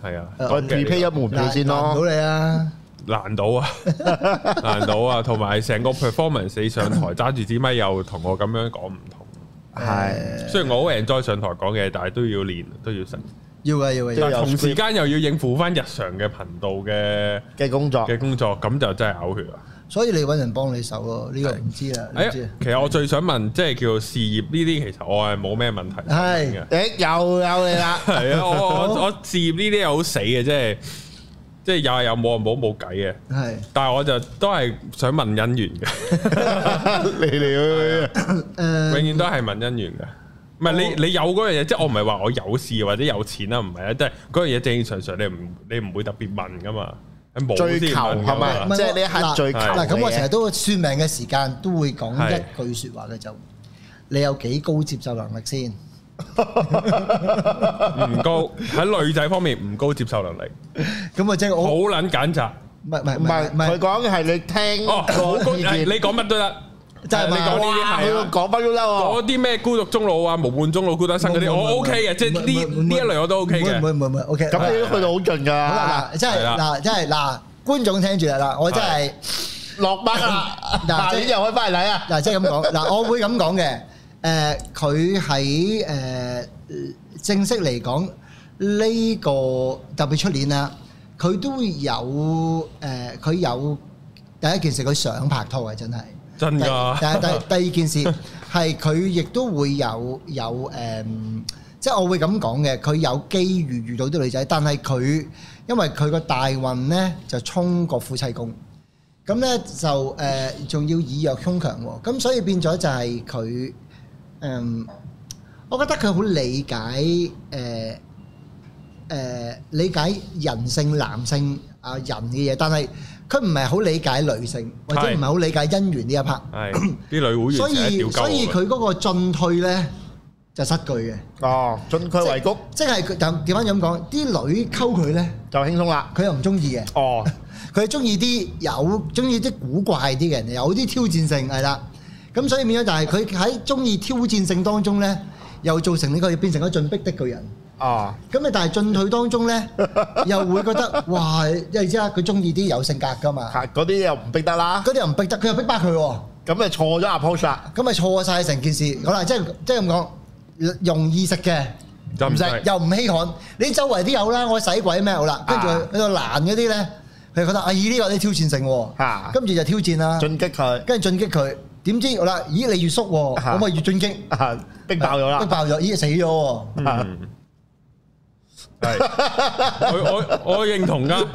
Speaker 1: 係啊，
Speaker 2: 我 prepare 咗門票先咯。
Speaker 3: 難到你啊！
Speaker 1: 難到啊， 難到啊，同埋成個 performance 你上台揸住支咪又同我咁樣講唔同。
Speaker 3: Ờ.
Speaker 2: 係
Speaker 1: 雖然我好 enjoy 上台講嘢，但係都要練，都要識。
Speaker 3: 要嘅要嘅
Speaker 1: 但係
Speaker 2: 都
Speaker 3: 要嘅，
Speaker 2: 有
Speaker 1: 同
Speaker 2: script
Speaker 1: 時間又要應付翻日常嘅頻道嘅
Speaker 2: 嘅工作
Speaker 1: 嘅工作，咁就真係嘔血啊！
Speaker 3: 所以你揾人幫你手咯，呢個唔知啦，你
Speaker 1: 哎
Speaker 3: 唔知啊。
Speaker 1: 其實我最想問，即係叫事業呢啲，其實我係冇咩問題想問嘅。
Speaker 2: 誒又有你 啦，
Speaker 1: 系啊，我我我事業呢啲嘢好死嘅，即係即係有係有冇就冇冇計嘅。
Speaker 3: 係
Speaker 1: 但係我就都係想問姻緣嘅，
Speaker 2: 你哋
Speaker 3: 誒，
Speaker 1: 永遠都係問姻緣嘅。唔係你你有嗰樣嘢，即係我唔係話我有事或者有錢啦，唔係啊，即係嗰樣嘢正正常常，你唔你唔會特別問噶嘛，係冇
Speaker 2: 追
Speaker 1: 先
Speaker 2: 求
Speaker 1: 問㗎
Speaker 2: 係
Speaker 1: 嘛
Speaker 3: 唔係
Speaker 2: 咪？即係呢一刻
Speaker 3: 嗱
Speaker 2: 追求
Speaker 1: 係
Speaker 3: 嗱咁我
Speaker 2: 嘅
Speaker 3: 成日
Speaker 2: 嘢
Speaker 3: 都算命嘅時間都會講
Speaker 1: 係
Speaker 3: 一句説話嘅就你有幾高接受能力先？
Speaker 1: 唔高喺女仔方面唔高接受能力，
Speaker 3: 咁啊，即係
Speaker 1: 好
Speaker 3: 我唔
Speaker 1: 撚揀擇。
Speaker 3: 係唔係唔係唔係，
Speaker 2: 唔係，佢講嘅係你聽
Speaker 1: 哦，好高，
Speaker 2: 嗯個意見。
Speaker 1: 你講乜都得，
Speaker 3: 就係
Speaker 1: 你
Speaker 3: 嘛
Speaker 1: 講呢啲係啊。
Speaker 2: 哇，佢講不嬲喎。
Speaker 1: 嗰啲咩孤獨中老啊、無伴中老、孤單生嗰啲，
Speaker 3: 唔
Speaker 1: 我
Speaker 3: 唔唔
Speaker 1: OK 嘅，即係
Speaker 3: 唔唔
Speaker 1: 呢
Speaker 3: 唔
Speaker 1: 呢一類我都 OK
Speaker 3: 唔會
Speaker 1: 嘅。啊
Speaker 3: 唔會唔會 OK。啊
Speaker 2: 咁你都去到好盡㗎。
Speaker 3: 好啦，嗱，即
Speaker 1: 係
Speaker 3: 係
Speaker 1: 啦
Speaker 3: 嗱，即係嗱，觀眾聽住啦，嗱，我真係
Speaker 2: 落班啦，
Speaker 3: 嗱，
Speaker 2: 下年
Speaker 3: 即係-
Speaker 2: 又可以返嚟啊。
Speaker 3: 嗱，即係咁講，嗱，我會咁講嘅，誒，佢喺誒正式嚟講呢個特別出年啦，佢都有誒，佢有第一件事佢想拍拖嘅，真係。
Speaker 1: 真㗎，
Speaker 3: 但係第第二件事係佢亦都會有有誒、即係我會咁講嘅，佢有機遇遇到啲女仔，但係佢因為佢個大運呢，就衝過夫妻宮，咁呢，就誒仲、要以弱兇強喎，咁所以變咗就係佢誒，我覺得佢好理解誒。誒、理解人性男性啊人嘅嘢，但係佢唔係好理解女性，或者
Speaker 1: 係
Speaker 3: 唔係好理解姻緣呢一 part。
Speaker 1: 係啲女會員
Speaker 3: 所
Speaker 1: 成日
Speaker 3: 以
Speaker 1: 屌鳩
Speaker 3: 所以
Speaker 1: 我㗎。
Speaker 3: 佢嗰個進退咧就失據嘅，
Speaker 2: Ờ, 哦，進退維谷
Speaker 3: 即係佢就點翻咁講，啲女溝佢咧，佢又唔中意嘅，
Speaker 2: 就輕鬆啦。哦，係，
Speaker 3: 佢中意啲有中意啲古怪啲嘅人，有啲挑戰性係啦。咁所以變咗，但係佢喺中意挑戰性當中咧，又造成呢個變成咗進逼的巨人。
Speaker 2: Ờ.
Speaker 3: 咁啊，但係進退當 中咧，又會覺得哇，因為知啦，佢中意啲有性格噶嘛，嗰啲又唔逼得，佢又逼巴佢
Speaker 2: à, 嗰啲又唔逼得
Speaker 3: 喎。
Speaker 2: 啦，咁就錯咗阿Post啦。
Speaker 3: 咁咪錯晒成件事。好啦，即係即係咁講，容易食嘅，
Speaker 1: 就唔
Speaker 3: 唔
Speaker 1: 使
Speaker 3: 使又唔稀罕。你周圍啲有啦，我使鬼咩好啦？跟住
Speaker 2: 啊
Speaker 3: 佢去到難嗰啲咧，佢覺得啊，咦呢個有啲挑戰性
Speaker 2: 啊
Speaker 3: 喎，跟住就挑戰啦，跟住進擊佢。點知好啦，咦你越縮喎，
Speaker 2: 啊
Speaker 3: 咁咪越進擊，
Speaker 2: À, 進擊佢，啊，逼爆咗啦。
Speaker 3: 逼爆咗，咦死咗喎。
Speaker 2: Ờ.
Speaker 1: 嗯係，我我我認同㗎，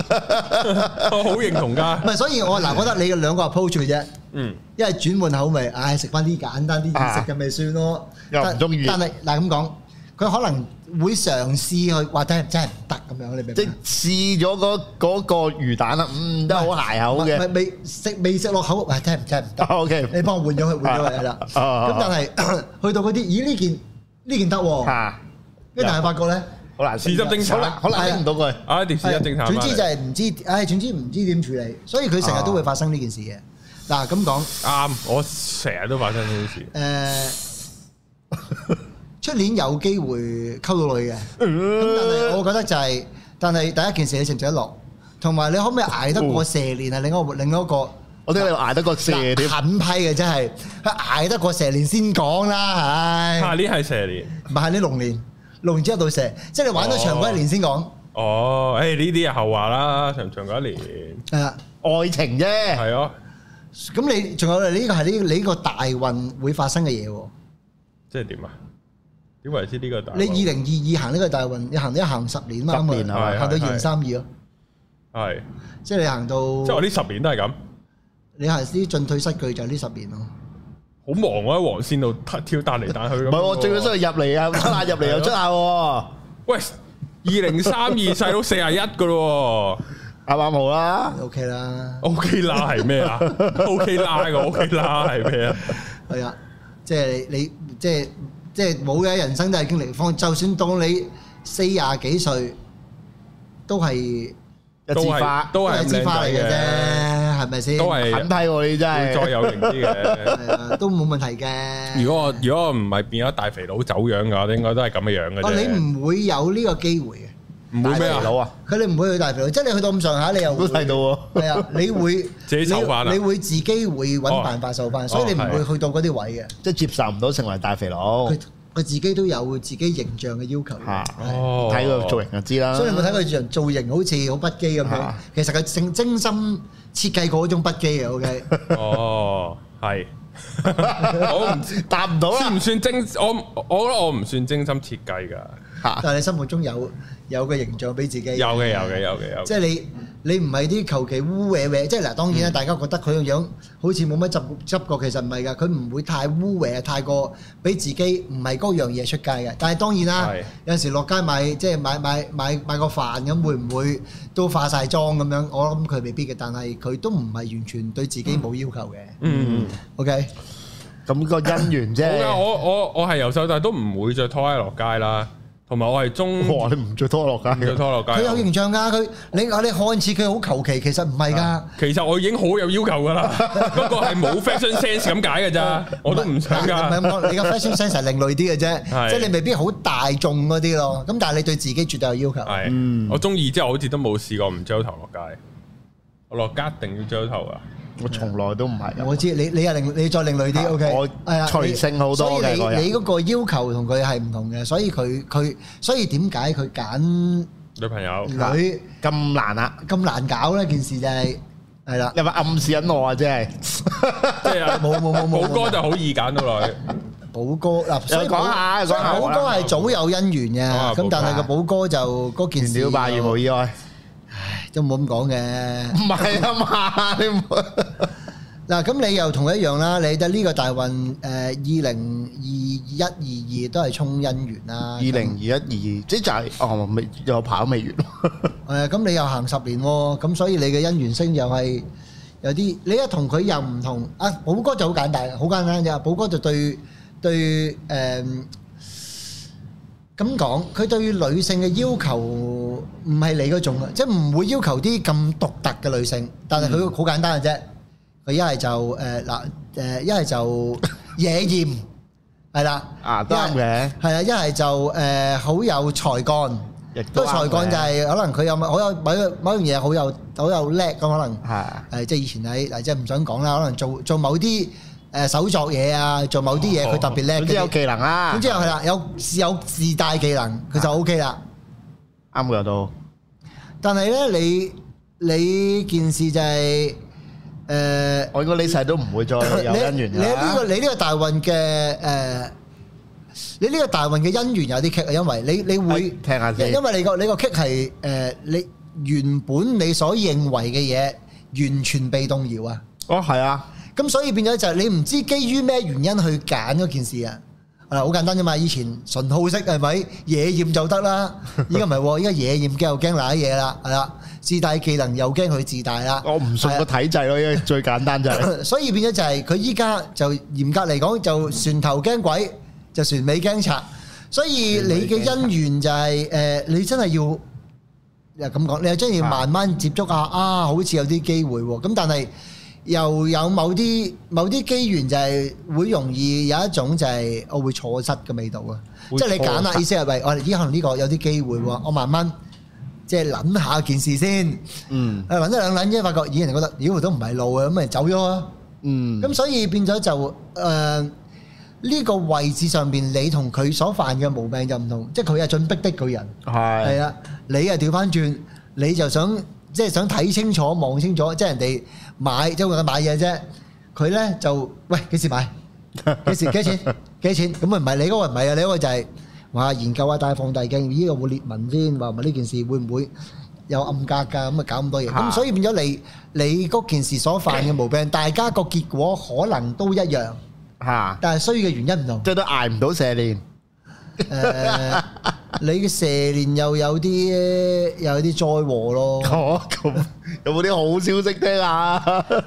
Speaker 1: 我好認同㗎
Speaker 3: 唔。係，所以 我嗱，我覺得你嘅兩個 approach 嘅啫。
Speaker 1: 嗯，
Speaker 3: 因為轉換口味，唉，食翻啲簡單啲
Speaker 2: 啊
Speaker 3: 易食嘅咪算咯。
Speaker 2: 又唔
Speaker 3: 但
Speaker 2: 鍾意
Speaker 3: 但係嗱咁講，佢可能會嘗試去，或者係真係唔得咁樣，你明唔啊明？
Speaker 2: 即係試咗嗰-嗰個魚蛋啦，嗯，都好鞋口嘅。
Speaker 3: 唔係未食未食落口，喂，真係真係唔得。
Speaker 2: OK。
Speaker 3: 你幫我換咗佢，換咗佢係啦。
Speaker 2: 啊啊
Speaker 3: 咁但係 去到嗰啲，咦呢件呢件得
Speaker 2: 啊
Speaker 3: 喎，跟住但係發覺咧，
Speaker 2: 啊，好難識。
Speaker 1: 豉汁蒸炒。
Speaker 2: 好難-好難識唔到佢。
Speaker 1: 啊，碟豉一正
Speaker 3: 係
Speaker 1: 淡
Speaker 3: 總
Speaker 1: 啊
Speaker 3: 之就係唔知，唉，總之唔知點處理，所以佢
Speaker 2: 啊
Speaker 3: 成日都會發生呢件事嘅。嗱咁講。
Speaker 1: 啱，我成日都發生呢啲事。
Speaker 3: 誒，出年有機會溝到女嘅，咁但係我覺得就係，但係第一件事你食唔食得落，同埋你可唔可以捱得
Speaker 1: 哦
Speaker 3: 過蛇年啊？另一個另一個。
Speaker 2: 我都要捱得過蛇添。
Speaker 3: 狠批嘅真係，佢捱得過蛇年先講啦，
Speaker 1: 下
Speaker 3: 唉，
Speaker 1: 年係蛇年。
Speaker 3: 唔係呢龍年，龍年之後到蛇，即係你玩咗長嗰一年先講，
Speaker 1: 哦，誒呢啲係後話啦，長唔長嗰一年
Speaker 3: 係啦。
Speaker 2: 愛情啫。
Speaker 1: 係啊咯，
Speaker 3: 啊咁你仲有呢個係呢呢個大運會發生嘅嘢喎。
Speaker 1: 即係點啊？點為之呢個大運？
Speaker 3: 你二零二二行呢個大運，你行一行十年嘛，
Speaker 2: 十年
Speaker 3: 啱
Speaker 2: 係
Speaker 1: 咪
Speaker 3: 啊，行到
Speaker 1: 係係
Speaker 3: 二零三二咯，
Speaker 1: 係
Speaker 3: 即係你行到。
Speaker 1: 即係我呢十年都係咁，
Speaker 3: 你係啲進退失據就係呢十年咯。
Speaker 1: 好忙啊！喺黃線度突跳彈嚟彈去咁。
Speaker 2: 唔係喎，最緊要入嚟啊，出下入嚟又
Speaker 1: 係咯。喂，二零三二細佬四廿一噶咯
Speaker 2: 出下喎，啱啱好啦。
Speaker 3: O K 啦，
Speaker 1: ，OK 啦係咩啊？OK 啦個 OK 啦係咩啊？
Speaker 3: 係啊，即係你你即係即係冇嘅人生都係經歷方，就算當你四廿幾歲，都係
Speaker 1: 都
Speaker 2: 一枝花。
Speaker 1: 係都係咁
Speaker 3: 枝花嚟
Speaker 1: 靚
Speaker 3: 嘅
Speaker 1: 仔
Speaker 3: 啫，係咪先？
Speaker 1: 嘅，都係會
Speaker 2: 狠批喎，你真係。
Speaker 1: 再有型啲嘅。
Speaker 3: 係啊，都冇問題嘅。
Speaker 1: 如果我如果我唔係變咗大肥佬走樣嘅話，應該都係咁嘅樣嘅
Speaker 3: 哦，
Speaker 1: 啫。
Speaker 3: 你唔會有呢個機會嘅，
Speaker 1: 唔會咩啊？
Speaker 2: 大肥佬啊，都睇到喎。
Speaker 3: 佢哋唔會去大肥佬，即係你去到咁上下，你又會係啊，你會
Speaker 1: 自己籌返啊
Speaker 3: 你你會自己會
Speaker 1: 哦
Speaker 3: 揾辦法受翻，所以你唔
Speaker 1: 哦係
Speaker 3: 會去到嗰啲位嘅。
Speaker 2: 即係接受唔到成為大肥佬，
Speaker 3: 佢佢自己都有自己形象嘅要求嘅。
Speaker 2: 嚇
Speaker 1: 哦
Speaker 2: 睇佢造型就知
Speaker 1: 啊
Speaker 2: 啦。
Speaker 3: 所以你有冇睇佢人造型好似好不羈咁樣
Speaker 2: 啊？
Speaker 3: 其實佢精精心設計過嗰種不羈嘅，OK。
Speaker 1: 哦，係， 我唔知
Speaker 2: 答唔到
Speaker 1: 算
Speaker 2: 啦
Speaker 1: 唔算精？我我覺得我唔算精心設計噶，
Speaker 2: 嚇，
Speaker 3: 但係你心目中有有個形象俾自己。
Speaker 1: 有嘅有嘅。有嘅有
Speaker 3: 即
Speaker 1: 嘅。
Speaker 3: 係你你唔係啲求其污歪歪，即係嗱當
Speaker 1: 嗯
Speaker 3: 然啦，大家覺得佢個樣好似冇乜執執過，其實唔係㗎，佢唔會太污歪，啊太過俾自己唔係嗰樣嘢出街嘅。但係當然啦
Speaker 1: 係，
Speaker 3: 有陣時落街買即係買買買買個飯咁，會唔會都化晒妝咁樣？我諗佢未必嘅，但係佢都唔係完全對自己冇要求嘅。
Speaker 1: 嗯，
Speaker 3: OK，
Speaker 2: 咁個姻緣啫。
Speaker 1: 冇噶，我我我係由細到大都唔會着拖鞋落街啦，同埋我係中
Speaker 2: 哇！你唔着拖落街
Speaker 1: 唔着
Speaker 2: 嘅，
Speaker 1: 拖落街。
Speaker 3: 佢有形象㗎，佢你你看似佢好求其，其實唔係㗎。
Speaker 1: 其實我已經好有要求噶 啦，不過係冇 fashion sense 咁解嘅咋，我都唔想
Speaker 3: 嗱
Speaker 1: 噶
Speaker 3: 唔。係咁講，你個 fashion sense 係另類啲 嘅啫，
Speaker 1: 係
Speaker 3: 即係你未必好大眾嗰啲咯。咁但係你嗯對自己絕對有要求。
Speaker 1: 係，我中意之後好似都冇試過唔着頭落街，我落街一定要着頭啊！
Speaker 2: 我從來都唔係
Speaker 3: 我
Speaker 2: 咁。
Speaker 3: 知你你又另你再另類啲
Speaker 2: 啊
Speaker 3: ，OK，
Speaker 2: 我
Speaker 3: 係啊
Speaker 2: 隨
Speaker 3: 你
Speaker 2: 性好多
Speaker 3: 所以
Speaker 2: 嘅
Speaker 3: 你
Speaker 2: 個人
Speaker 3: 你嗰個要求同佢係唔同嘅，所以佢佢所以點解佢揀
Speaker 1: 女朋友
Speaker 3: 女
Speaker 2: 咁難啊！
Speaker 3: 咁難搞呢件事就係係啦，
Speaker 2: 你咪暗示緊我啊！真係，
Speaker 1: 即係啊
Speaker 3: 冇冇冇冇
Speaker 1: 寶
Speaker 3: 冇
Speaker 1: 哥就好易揀到女，
Speaker 3: 寶哥嗱，所以
Speaker 2: 講
Speaker 3: 寶
Speaker 2: 下
Speaker 3: 所以
Speaker 2: 講下
Speaker 3: 寶
Speaker 2: 我啦
Speaker 3: 哥係早有姻緣
Speaker 1: 啊
Speaker 3: 嘅，咁
Speaker 1: 寶哥
Speaker 3: 但係個寶哥就嗰件
Speaker 2: 原
Speaker 3: 事
Speaker 2: 料吧，
Speaker 3: 就
Speaker 2: 如無意外，
Speaker 3: 都冇咁講嘅
Speaker 2: 唔。係啊嘛，你唔
Speaker 3: 嗱，咁你又同一樣啦，你得呢個大運誒呃二零二一二二都係衝姻緣啦。
Speaker 2: 二零二一二二，即係就係哦，未又跑未完，
Speaker 3: 誒，啊咁你又行十年喎，咁所以你嘅姻緣星又係有啲，你一同佢又唔同。啊，寶哥就好簡單，好簡單啫。寶哥就對對誒咁講，佢對女性嘅要求唔係你嗰種啊，即係唔會要求啲咁獨特嘅女性，但係佢好簡單嘅啫。佢一係就誒嗱誒，一係就野豔，係啦，
Speaker 2: 啊都啱嘅，
Speaker 3: 係啊，一係就誒好有才幹。
Speaker 2: 亦都
Speaker 3: 都才幹就係可能佢有某好有某樣某樣嘢好有好有叻咁，可能
Speaker 2: 係
Speaker 3: 誒即係以前喺嗱即係唔想講啦，可能做做某啲誒手作嘢啊，做某啲嘢佢特別叻
Speaker 2: 哦總之有
Speaker 3: 嘅。
Speaker 2: 技能啊啦，
Speaker 3: 咁之後係啦，有有自帶技能佢就 O K 啦。
Speaker 2: 啱嘅都
Speaker 3: 但係咧，你你件事就係誒
Speaker 2: 我應該呢世都唔會再有姻
Speaker 3: 你
Speaker 2: 緣
Speaker 3: 你
Speaker 2: 㗎
Speaker 3: 呢個
Speaker 2: 啦。
Speaker 3: 你呢個大運嘅誒。你呢個大運嘅姻緣有啲棘啊，因為你你會
Speaker 2: 哎聽下先
Speaker 3: 因為你個你個棘係誒你原本你所認為嘅嘢完全被動搖啊，
Speaker 2: 哦，係啊，
Speaker 3: 咁所以變咗就係你唔知基於咩原因去揀嗰件事啊。啊，好簡單啫嘛！以前純好色係咪野豔就得啦？依家唔係喎，依家野豔驚又驚嗱嘢啦，係啦，自帶技能又驚佢自帶啦。
Speaker 2: 我唔信
Speaker 3: 係啊
Speaker 2: 個體制咯，因為最簡單就係
Speaker 3: 所以變咗就係佢依家就嚴格嚟講，就船頭驚鬼，就船尾驚賊。所以你嘅姻緣就係、誒、你真係要又咁講，你又真係要慢慢接觸下啊，好似有啲機會喎。咁但係又有某啲某啲機緣就係會容易有一種就係我會錯失嘅味道啊。
Speaker 1: 會
Speaker 3: 即係你揀
Speaker 1: 錯
Speaker 3: 啦，
Speaker 1: 失
Speaker 3: 意思係喂，我哋咦可能呢個有啲機會喎，我慢慢即係諗下件事先。
Speaker 2: 嗯
Speaker 3: 誒揾一兩撚啫，發覺咦人哋覺得妖都唔係路啊，咁咪走咗啊！
Speaker 2: 嗯
Speaker 3: 咁所以變咗就誒呢、個位置上邊，你同佢所犯嘅毛病就唔同，即係佢係進逼的巨人， 係
Speaker 2: 係
Speaker 3: 啊，你啊調翻轉，你就想即係想睇清楚、望清楚，即係人哋買即係為咗買嘢啫，佢咧就喂幾時買？幾時幾錢？幾錢？咁啊唔係你嗰個唔係啊，你嗰個就係、話研究下帶放大鏡，呢個會裂紋先，話唔係呢件事會唔會有暗格㗎？咁啊搞咁多嘢，
Speaker 2: 啊
Speaker 3: 咁所以變咗你你嗰件事所犯嘅毛病，大家個結果可能都一樣，
Speaker 2: 嚇，
Speaker 3: 但係衰嘅原因唔同。
Speaker 2: 即係都捱唔到射練。
Speaker 3: 誒，你嘅蛇年又有啲有啲災禍咯。
Speaker 2: 哦，咁有冇啲好消息聽啊？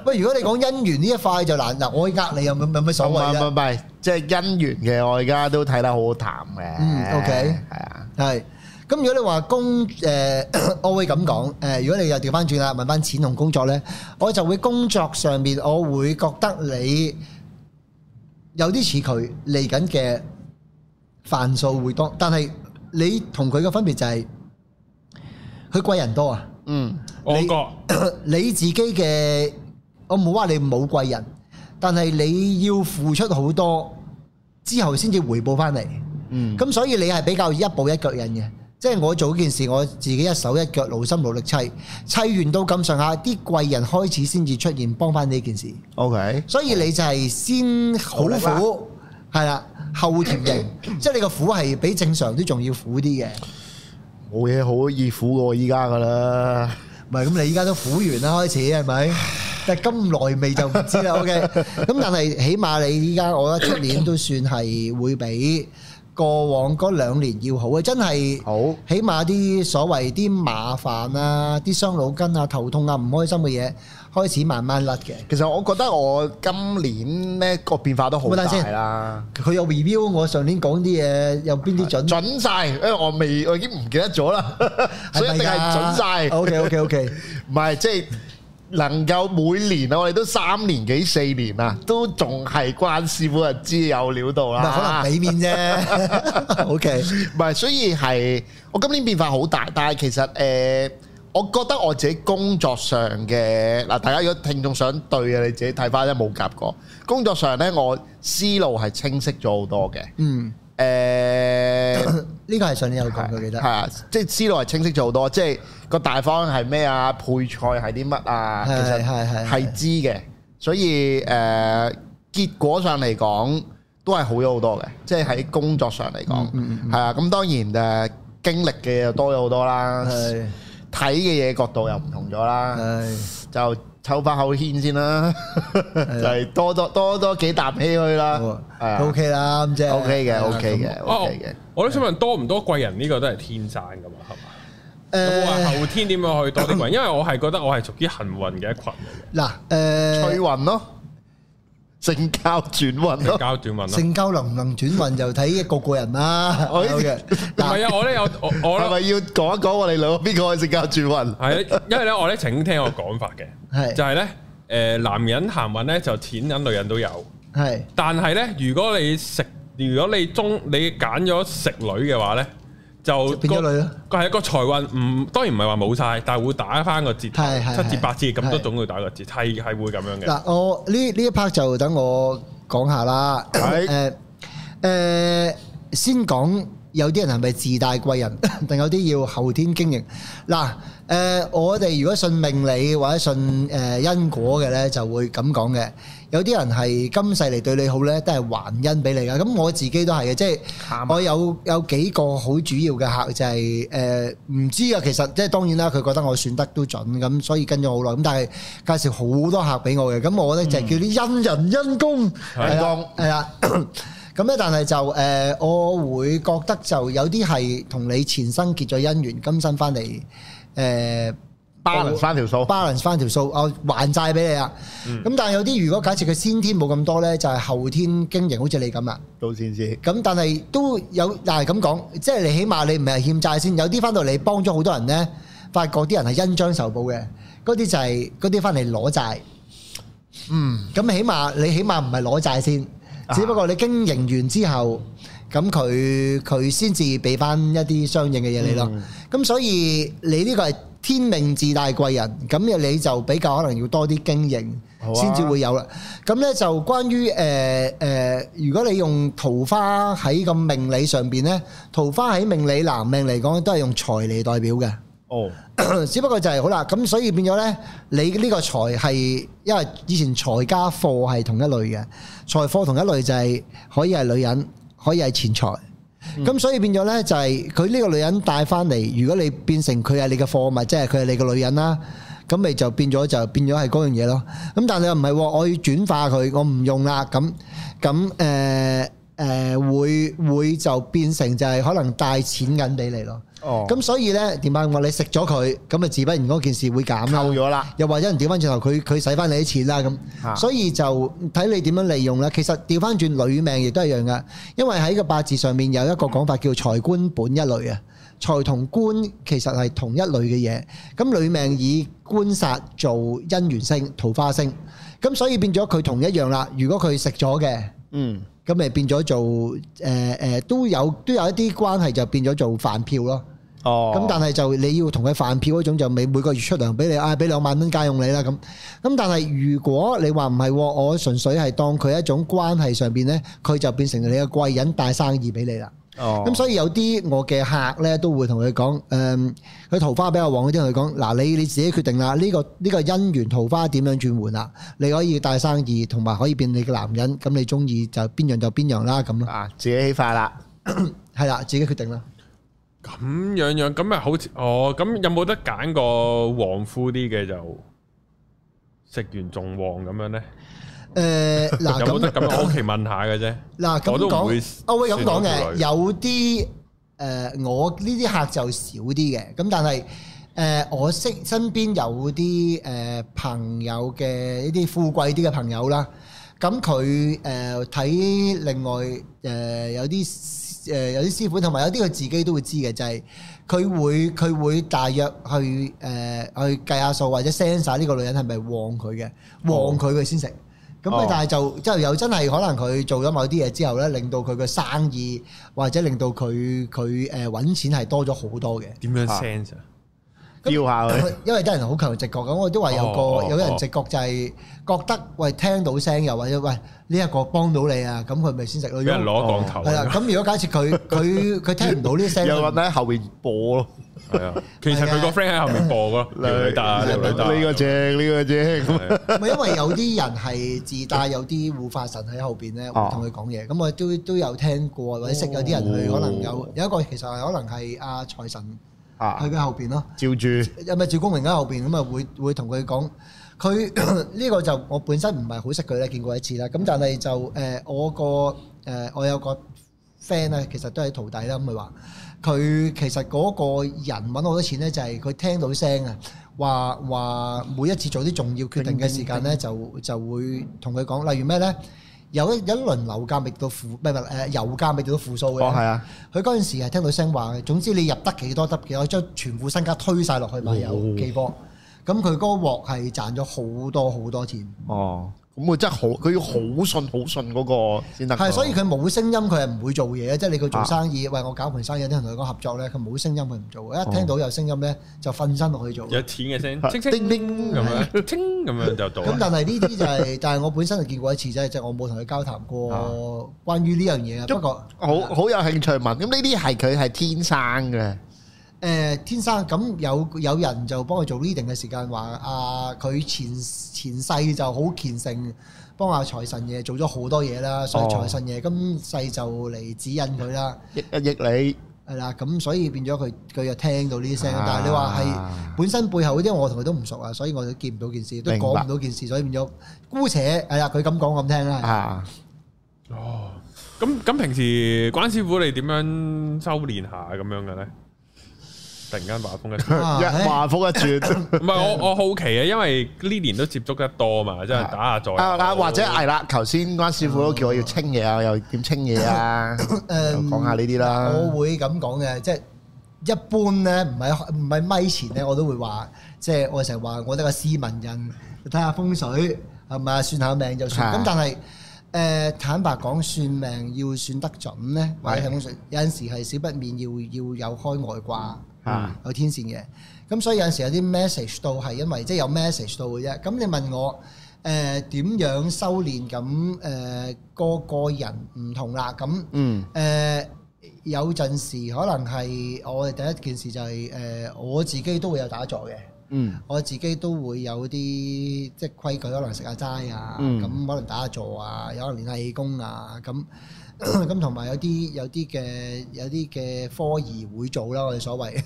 Speaker 3: 喂，如果你講姻緣呢一塊就難嗱，我呃你有冇有乜所
Speaker 2: 唔
Speaker 3: 謂
Speaker 2: 係唔係
Speaker 3: 啫？
Speaker 2: 唔係，即係姻緣嘅，我而家都睇得好淡嘅。
Speaker 3: 嗯，OK
Speaker 2: 係啊，
Speaker 3: 係。咁如果你話工誒、 我會咁講誒。如果你又調翻轉啦，問翻錢同工作咧，我就會工作上面，我會覺得你有啲似佢嚟緊嘅飯數會多，但係你同佢嘅分別就係、佢貴人多啊。
Speaker 2: 嗯，
Speaker 1: 我哦
Speaker 3: 你
Speaker 1: 覺。
Speaker 3: 你自己嘅，我冇話你冇貴人，但係你要付出好多之後先至回報翻嚟。
Speaker 2: 嗯
Speaker 3: 咁所以你係比較一步一腳印嘅，即係我做件事，我自己一手一腳勞心勞力砌，砌完到咁上下，啲貴人開始先至出現幫翻呢件事。
Speaker 2: ，OK，
Speaker 3: 所以你就係先好
Speaker 2: 努力啦
Speaker 3: 苦，係啦，後 甜型，即係你個苦係比正常都仲要苦啲嘅。
Speaker 2: 冇嘢好易苦過依家噶啦。
Speaker 3: 唔係咁，你依家都苦完啦，開始 係咪？但係咁耐未就唔知啦。OK，咁但係起碼你依家，我覺得出年都算係會比過往嗰兩年要好嘅，真係。
Speaker 2: 好，
Speaker 3: 起碼啲所謂啲麻煩啊、啲傷腦筋啊、頭痛啊、唔開心嘅嘢，開始慢慢甩嘅。
Speaker 2: 其實我覺得我今年咧個變化都好
Speaker 3: 咁
Speaker 2: 大
Speaker 3: 等陣先
Speaker 2: 啦，
Speaker 3: 佢有 review 我上年講啲嘢，有邊啲準？
Speaker 2: 準晒，因為我未我已經唔記得咗啦， 所以一定係準晒。
Speaker 3: O K O K O K，
Speaker 2: 唔係即係能夠每年啊，我哋都三年幾四年啊，都仲係關師傅啊知有料到
Speaker 3: 唔
Speaker 2: 啦。
Speaker 3: 係可能俾 面啫。O K，
Speaker 2: 唔係，所以係我今年變化好大，但係其實誒、呃我覺得我自己工作上嘅嗱，大家如果聽眾想對嘅，你自己睇翻咧冇夾過。工作上咧，我思路係清晰咗好多嘅。呃
Speaker 3: 嗯，
Speaker 2: 誒、
Speaker 3: 呢個係上年有講嘅，記
Speaker 2: 係
Speaker 3: 得
Speaker 2: 係。啊，即係思路係清晰咗好多，即係個大方向係咩啊？配菜係啲乜啊？其
Speaker 3: 係
Speaker 2: 實
Speaker 3: 係係
Speaker 2: 係知嘅，所以誒、呃、結果上嚟講都係好咗好多嘅，即係喺工作上嚟
Speaker 3: 嗯
Speaker 2: 講係啊。咁當然誒經歷嘅又多咗好多啦，
Speaker 3: 係
Speaker 2: 睇嘅嘢角度又唔同咗啦，
Speaker 3: 係
Speaker 2: 就抽翻口煙先啦， 就
Speaker 3: 啊
Speaker 2: 係多多多多幾啖唏噓啦，係啊
Speaker 3: ，O K 啦，咁啫。
Speaker 2: Ờ. À. ，OK 嘅
Speaker 3: 係啊
Speaker 2: ，OK
Speaker 3: 咁
Speaker 2: 嘅
Speaker 1: 哦
Speaker 2: ，OK 嘅。，
Speaker 1: 我都想問多唔多貴人呢個都係天生噶嘛，係嘛？有冇話
Speaker 3: 誒
Speaker 1: 後天點樣去多啲貴人？因為我係覺得我係屬於幸運嘅一群 嚟
Speaker 3: 嗱
Speaker 2: 翠
Speaker 3: 誒，
Speaker 2: 雲咯，性交轉運
Speaker 1: 嘅，
Speaker 2: 咯，
Speaker 1: 交短運咯。
Speaker 3: 性交能唔能轉運就睇個個人啦。
Speaker 2: 我
Speaker 3: O K，
Speaker 1: 唔
Speaker 3: 嗱
Speaker 1: 係啊，我咧有我我
Speaker 2: 係
Speaker 1: 咧
Speaker 2: 咪要講一講我哋兩個邊個係性交轉運？
Speaker 1: 係啊，因為咧我咧曾經聽我講法嘅，
Speaker 3: 係
Speaker 1: 就係咧誒男人行運咧就錢銀女人都有，
Speaker 3: 係
Speaker 1: 但係咧如果你食如果你中你揀咗食女嘅話咧，就
Speaker 3: 就變咗
Speaker 1: 個
Speaker 3: 女咯。
Speaker 1: 個係一個財運唔當然唔係話冇晒，但係會打翻個折頭，
Speaker 3: 係係
Speaker 1: 七折
Speaker 3: 係
Speaker 1: 八折咁都
Speaker 3: 係
Speaker 1: 總會打個折，係係會咁樣嘅。
Speaker 2: Dạ.
Speaker 3: 嗱，我呢呢一 part 就等我講下啦。
Speaker 2: 係
Speaker 3: 誒誒、先講有啲人係咪自帶貴人， 定有啲要後天經營？嗱，誒、我哋如果信命理或者信誒、因果嘅咧，就會咁講嘅。有啲人係今世嚟對你好咧，都係還恩俾你噶。咁我自己都係嘅，即係我有有幾個好主要嘅客就係誒唔知啊。其實即係當然啦，佢覺得我算得都準，咁所以跟咗好耐。咁但係介紹好多客俾我嘅，咁我咧就係叫啲恩人嗯恩公，係啦
Speaker 2: 公
Speaker 3: 係啦。 咁咧，但係就誒、呃我會覺得就有啲係同你前生結咗姻緣，今生翻嚟誒。呃
Speaker 2: balance 翻條數，
Speaker 3: balance 翻條數，我還晒俾你啊。咁、但係有啲如果假設佢先天冇咁多呢，就係、後天經營，好似你咁啊。
Speaker 2: 到先知。
Speaker 3: 咁但係都有，但係咁講，即係你起碼你唔係欠債先。有啲翻到嚟幫咗好多人呢，發覺啲人係恩將仇報嘅，嗰啲就係嗰啲翻嚟攞債。
Speaker 2: 嗯，
Speaker 3: 咁起碼你起碼唔係攞債先，只不過你經營完之後，咁佢佢先至俾翻一啲相應嘅嘢你咯。咁、所以你呢個係天命自帶貴人，咁你就比較可能要多啲經營
Speaker 2: 好啊
Speaker 3: 先至會有啦。咁呢就關於誒誒，如果你用桃花喺個命理上邊呢，桃花喺命理男命嚟講都係用財嚟代表嘅。
Speaker 2: 哦，
Speaker 3: 只不過就係、好啦，咁所以變咗呢，你呢個財係因為以前財加貨係同一類嘅，財貨同一類就係可以係女人，可以係錢財。咁、所以變咗呢，就係佢呢個女人帶翻嚟，如果你變成佢係你嘅貨物，即係佢係你嘅女人啦，咁咪就變咗就變咗係嗰樣嘢咯。咁但係你又唔係喎，我要轉化佢，我唔用啦，咁咁誒誒會會就變成就係可能帶錢銀俾你咯。
Speaker 2: 哦，
Speaker 3: 咁所以咧，點啊解我你食咗佢，咁咪自不然嗰件事會減
Speaker 2: 扣
Speaker 3: 啦。
Speaker 2: 咗啦，
Speaker 3: 又或者人調翻轉頭，佢佢使翻你啲錢啦
Speaker 2: 啊
Speaker 3: 咁，所以就睇你點樣利用啦。其實調翻轉女命亦都一樣噶，因為喺個八字上面有一個講法叫財官本一類啊，財同官其實係同一類嘅嘢。咁女命以官殺做姻緣星、桃花星，咁所以變咗佢同一樣啦。如果佢食咗嘅。
Speaker 2: 嗯，
Speaker 3: 咁咪變咗做誒誒、呃都有都有一啲關係就變咗做飯票咯。
Speaker 2: 哦，
Speaker 3: 咁但係就你要同佢飯票嗰種就每每個月出糧俾你，啊俾兩萬蚊家用你啦咁。咁但係如果你話唔係喎，我純粹係當佢一種關係上邊呢，佢就變成你嘅貴人帶生意俾你啦。
Speaker 2: 哦，
Speaker 3: 咁、所以有啲我嘅客呢，都會同佢講，誒、嗯佢桃花比較旺嗰啲，同佢講嗱，你你自己決定啦，呢、個呢、個姻緣桃花點樣轉換啦，你可以帶生意，同埋可以變你嘅男人，咁你中意就邊樣就邊樣啦咁咯，
Speaker 2: 啊，自己起快啦，
Speaker 3: 係啦，自己決定啦。
Speaker 1: 咁樣樣咁咪好似哦，咁有冇得揀個旺夫啲嘅就食完仲旺咁樣咧？
Speaker 3: 誒、嗱
Speaker 1: 有冇
Speaker 3: 咁
Speaker 1: 得。咁啊？我屋企問下嘅啫。
Speaker 3: 嗱
Speaker 1: 我
Speaker 3: 咁
Speaker 1: 都唔會
Speaker 3: 講，我會咁
Speaker 1: 算我條
Speaker 3: 講嘅，
Speaker 1: 女
Speaker 3: 呃有啲誒、我呢啲客就少啲嘅，咁但係誒、誒，我識身邊有啲誒朋友嘅一啲富貴啲嘅朋友啦，咁佢誒睇另外誒有啲誒有啲師傅，同埋有啲佢自己都會知嘅，就係佢會佢會大約去誒去計下數，或者 sense 晒呢個女人係咪旺佢嘅，旺佢佢先食。咁
Speaker 1: 哦
Speaker 3: 佢但係就之後又真係可能佢做咗某啲嘢之後咧，令到佢嘅生意或者令到佢佢誒揾錢係多咗好多嘅。
Speaker 1: 點樣
Speaker 2: 啊
Speaker 1: sense 啊？
Speaker 2: 撩下佢。
Speaker 3: 因為啲人好強直覺咁，我都話有個、
Speaker 1: 哦哦
Speaker 3: 有人直覺就係覺得喂聽到聲又或者喂呢一個幫到你啊，咁佢咪先食咯。
Speaker 1: 俾人
Speaker 3: 係
Speaker 1: 攞降頭
Speaker 3: 啦，
Speaker 1: 啊，
Speaker 3: 咁如果假設佢佢佢聽唔到呢啲 聲，
Speaker 2: 有人喺後邊播咯，
Speaker 1: 係啊。其實佢個
Speaker 3: 係啊
Speaker 1: friend 喺後面播咯，條女得啊，條女得啊。
Speaker 2: 呢個正，呢個正。咁
Speaker 1: 係啊
Speaker 3: 唔係因為有啲人係自帶有啲護法神喺後邊咧，
Speaker 2: 哦
Speaker 3: 會同佢講嘢。咁我都都有聽過，或者識有啲人
Speaker 1: 哦
Speaker 3: 佢可能有有一個其實係可能係阿財神
Speaker 2: 啊
Speaker 3: 喺，佢後邊咯。
Speaker 2: 照住
Speaker 3: 有咪趙公明喺後邊咁啊，會會同佢講，佢 呢個就我本身唔係好識佢咧，見過一次啦。咁但係就誒、呃我個誒、呃我有個 friend 咧，其實都係徒弟啦。咁佢話佢其實嗰個人揾好多錢咧，就係佢聽到聲啊，話話每一次做啲重要決定嘅時間咧，就就會同佢講，例如咩咧？有一有一輪樓價未到負，唔係唔係誒油價未到負數嘅。
Speaker 2: 哦，係啊，
Speaker 3: 佢嗰陣時係聽到聲話，總之你入得幾多得幾多，將全副身家推晒落去買油寄波。咁佢嗰個鑊係賺咗好多好多錢，
Speaker 2: 哦，咁佢真係好，佢要好信好信嗰個先得。
Speaker 3: 係啊所以佢冇聲音佢係唔會做嘢嘅，即係你佢做生意，喂我搞盤生意，有啲人同佢講合作咧，佢冇聲音佢唔做，一聽到有聲音咧就瞓身落去哦做。
Speaker 1: 有錢嘅聲，
Speaker 2: 啊
Speaker 1: 清清
Speaker 2: 叮叮
Speaker 1: 咁樣，清咁樣就到
Speaker 3: 咁
Speaker 1: 啦。
Speaker 3: 但係呢啲就係，但係我本身就見過一次啫，即係我冇同佢交談過關於呢樣嘢啊。不過
Speaker 2: 好好有興趣問，咁呢啲係佢係天生嘅，
Speaker 3: 誒呃天生咁有有人就幫佢做 reading 嘅時間話啊，佢前前世就好虔誠，幫阿財神爺做咗好多嘢啦，所以
Speaker 2: 哦
Speaker 3: 財神爺今世就嚟指引佢啦，
Speaker 2: 益一益你。
Speaker 3: 係啦，咁所以變咗佢佢又聽到呢啲聲，但係你話
Speaker 2: 啊
Speaker 3: 係本身背後嗰啲我同佢都唔熟啊，所以我都見唔到件事，都
Speaker 2: 明白
Speaker 3: 講唔到件事，所以變咗姑且係啦，佢咁講咁聽啦，
Speaker 2: 啊，
Speaker 1: 哦，咁咁平時關師傅你點樣修練下咁樣嘅咧？突然間話風一轉。
Speaker 3: 啊
Speaker 2: 一
Speaker 3: 唉
Speaker 2: 話風一轉，
Speaker 1: 唔係我我好奇啊，因為呢年都接觸得多嘛，即係打下再
Speaker 2: 啊啊，或者係啦，頭先關師傅都叫我要清嘢啊，又點清 嘢啊，又
Speaker 3: 誒
Speaker 2: 講下呢啲啦。
Speaker 3: 我會咁講嘅，即係一般咧，唔係唔係咪前咧，我都會話，即係我成日話我得個斯文人，睇下風水係咪啊算下命就算。
Speaker 2: 係
Speaker 3: 咁但係誒、呃坦白講，算命要算得準咧，或者睇風水，有陣時係少不免要要有開外掛。
Speaker 2: 啊
Speaker 3: 有天線嘅。咁所以有陣時有啲 message 到係因為即係有 message 到嘅啫。咁你問我誒點、樣修練咁誒、呃、個個人唔同啦。咁誒、
Speaker 2: 嗯
Speaker 3: 呃有陣時可能係我哋第一件事就係、呃我自己都會有打坐嘅。
Speaker 2: 嗯
Speaker 3: 我自己都會有啲即係規矩，可能食下齋啊，
Speaker 2: 嗯
Speaker 3: 咁、可能打下坐啊，有可能練下氣功啊，咁 咁同埋有啲有啲嘅有啲嘅科儀會做啦，我哋所謂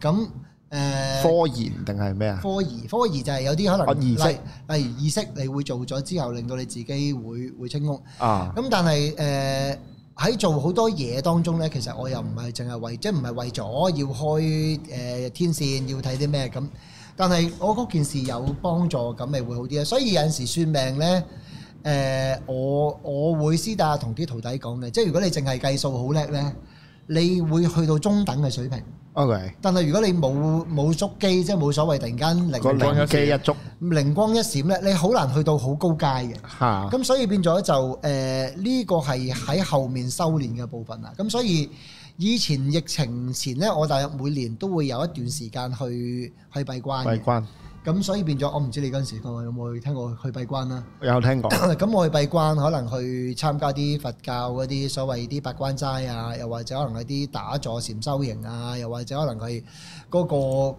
Speaker 3: 咁誒、呃
Speaker 2: 科研定係咩啊？
Speaker 3: 科儀科儀就係有啲可
Speaker 2: 哦
Speaker 3: 能
Speaker 2: 儀式
Speaker 3: 例例如儀式，你會做咗之後，令到你自己會會清空。
Speaker 2: 啊，
Speaker 3: 咁但係誒喺做好多嘢當中咧，其實我又唔係淨係為即係唔係為咗要開誒、呃天線，要睇啲咩咁。但係我嗰件事有幫助，咁咪會好啲咧。啊所以有陣時算命咧。誒、我我會私底下同啲徒弟講嘅，即係如果你淨係計數好叻咧，你會去到中等嘅水平。
Speaker 2: OK，
Speaker 3: 但係如果你冇冇捉機，即係冇所謂，突然間靈
Speaker 2: 個
Speaker 1: 光一
Speaker 2: 靈機一
Speaker 1: 閃
Speaker 2: 觸
Speaker 3: 靈光一閃咧，你好難去到好高階嘅。
Speaker 2: 嚇，
Speaker 3: 咁所以變咗就誒呢個係喺後面修練嘅部分啦。咁所以以前疫情前呢，我大約每年都會有一段時間去去閉關
Speaker 2: 閉
Speaker 3: 嘅。
Speaker 2: 關
Speaker 3: 咁所以變咗，我唔知你嗰陣時有冇聽過去閉關啦。
Speaker 2: 有聽過。
Speaker 3: 咁我去閉關，可能去參加啲佛教嗰啲所謂啲八關齋啊，又或者可能係啲打坐禪修營啊，又或者可能係嗰、個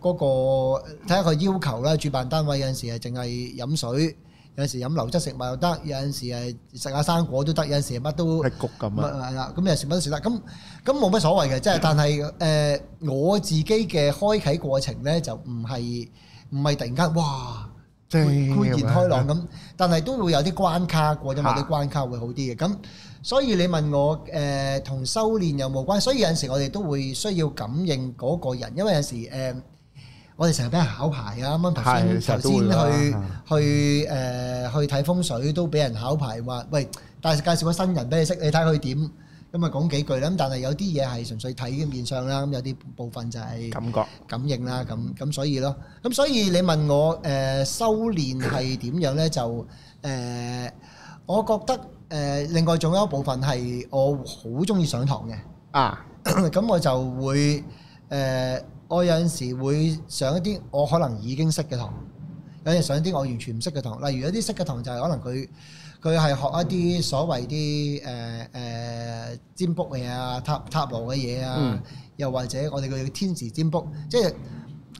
Speaker 3: 嗰、個睇下佢要求啦。主辦單位有陣時係淨係飲水，有陣時飲流質食物又得，有陣時係食下生果都得，有陣時乜都
Speaker 2: 係谷咁
Speaker 3: 乜
Speaker 2: 啊，嗯
Speaker 3: 係啦。咁有陣時乜都食得，咁咁冇乜所謂嘅，即係但係誒、呃我自己嘅開啓過程咧就唔係唔係突然間哇！
Speaker 2: 即係啊
Speaker 3: 豁然開朗咁，但係都會有啲關卡過咗某啲
Speaker 2: 嚇
Speaker 3: 關卡會好啲嘅。咁所以你問我誒、呃同修練有冇關？所以有陣時我哋都會需要感應嗰個人，因為有陣時誒、呃我我哋成日俾人考牌啊！啱啱頭先
Speaker 2: 係成日都
Speaker 3: 頭
Speaker 2: 會啊
Speaker 3: 先
Speaker 2: 啦
Speaker 3: 去去誒、呃去睇風水都俾人考牌，話喂，但係介紹個新人俾你識，你睇佢點咁啊講幾句啦。咁但係有啲嘢係純粹睇嘅面相啦，咁有啲部分就係、
Speaker 2: 感覺
Speaker 3: 感應啦，咁咁所以咯，咁所以你問我誒、呃修練係點樣呢？就誒、呃我覺得誒、呃另外仲有一部分係我好中意上堂嘅。
Speaker 2: 啊，
Speaker 3: 咁我就會誒、呃我有陣時會上一啲我可能已經識嘅堂，有陣時上一啲我完全唔識嘅堂。例如有啲識嘅堂就係可能佢佢係學一啲所謂啲誒誒占卜嘅嘢啊、塔塔羅嘅嘢啊，
Speaker 2: 嗯
Speaker 3: 又或者我哋叫天時占卜，即係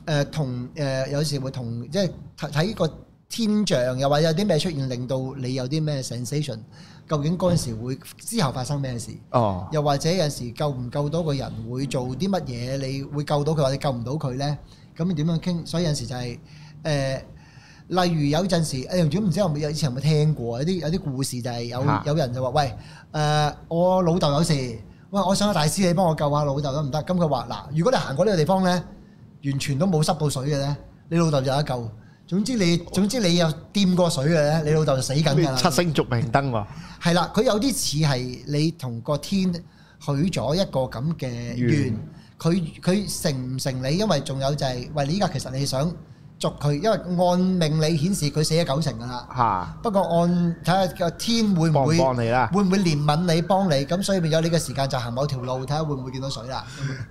Speaker 3: 誒同誒有時會同即係睇睇個天象，又或者有啲咩出現，令到你有啲咩 sensation。究竟嗰陣時會之後發生咩事？
Speaker 2: 哦，
Speaker 3: 又或者有陣時救唔救到個人會做啲乜嘢，你會救到佢或者救唔到佢呢？咁你點樣傾？所以有陣時就係、誒、例如有陣時誒，如果唔知有冇有以前有冇聽過有啲有啲故事就係有
Speaker 2: 嚇
Speaker 3: 有人就話喂誒、我老豆有事，喂我想個大師你幫我救下老豆得唔得？咁佢話嗱，如果你行過呢個地方呢，完全都冇濕到水嘅呢，你老豆就有得救。總之你總之你有掂過水嘅呢，你老豆就死緊㗎
Speaker 2: 咩
Speaker 3: 啦。
Speaker 2: 七星逐明燈喎，
Speaker 3: 係啦，佢有啲似係你同個天許咗一個咁嘅願
Speaker 2: 願，
Speaker 3: 佢佢成唔成你？因為仲有就係、喂，你依家其實你想捉佢，因為按命理顯示佢死咗九成㗎啦。
Speaker 2: 嚇，
Speaker 3: 不過按睇下個天會唔
Speaker 2: 幫唔
Speaker 3: 會
Speaker 2: 幫你啦？
Speaker 3: 會唔會憐憫你幫你？咁所以變咗你嘅時間就行某條路，睇下會唔會見到水 啦。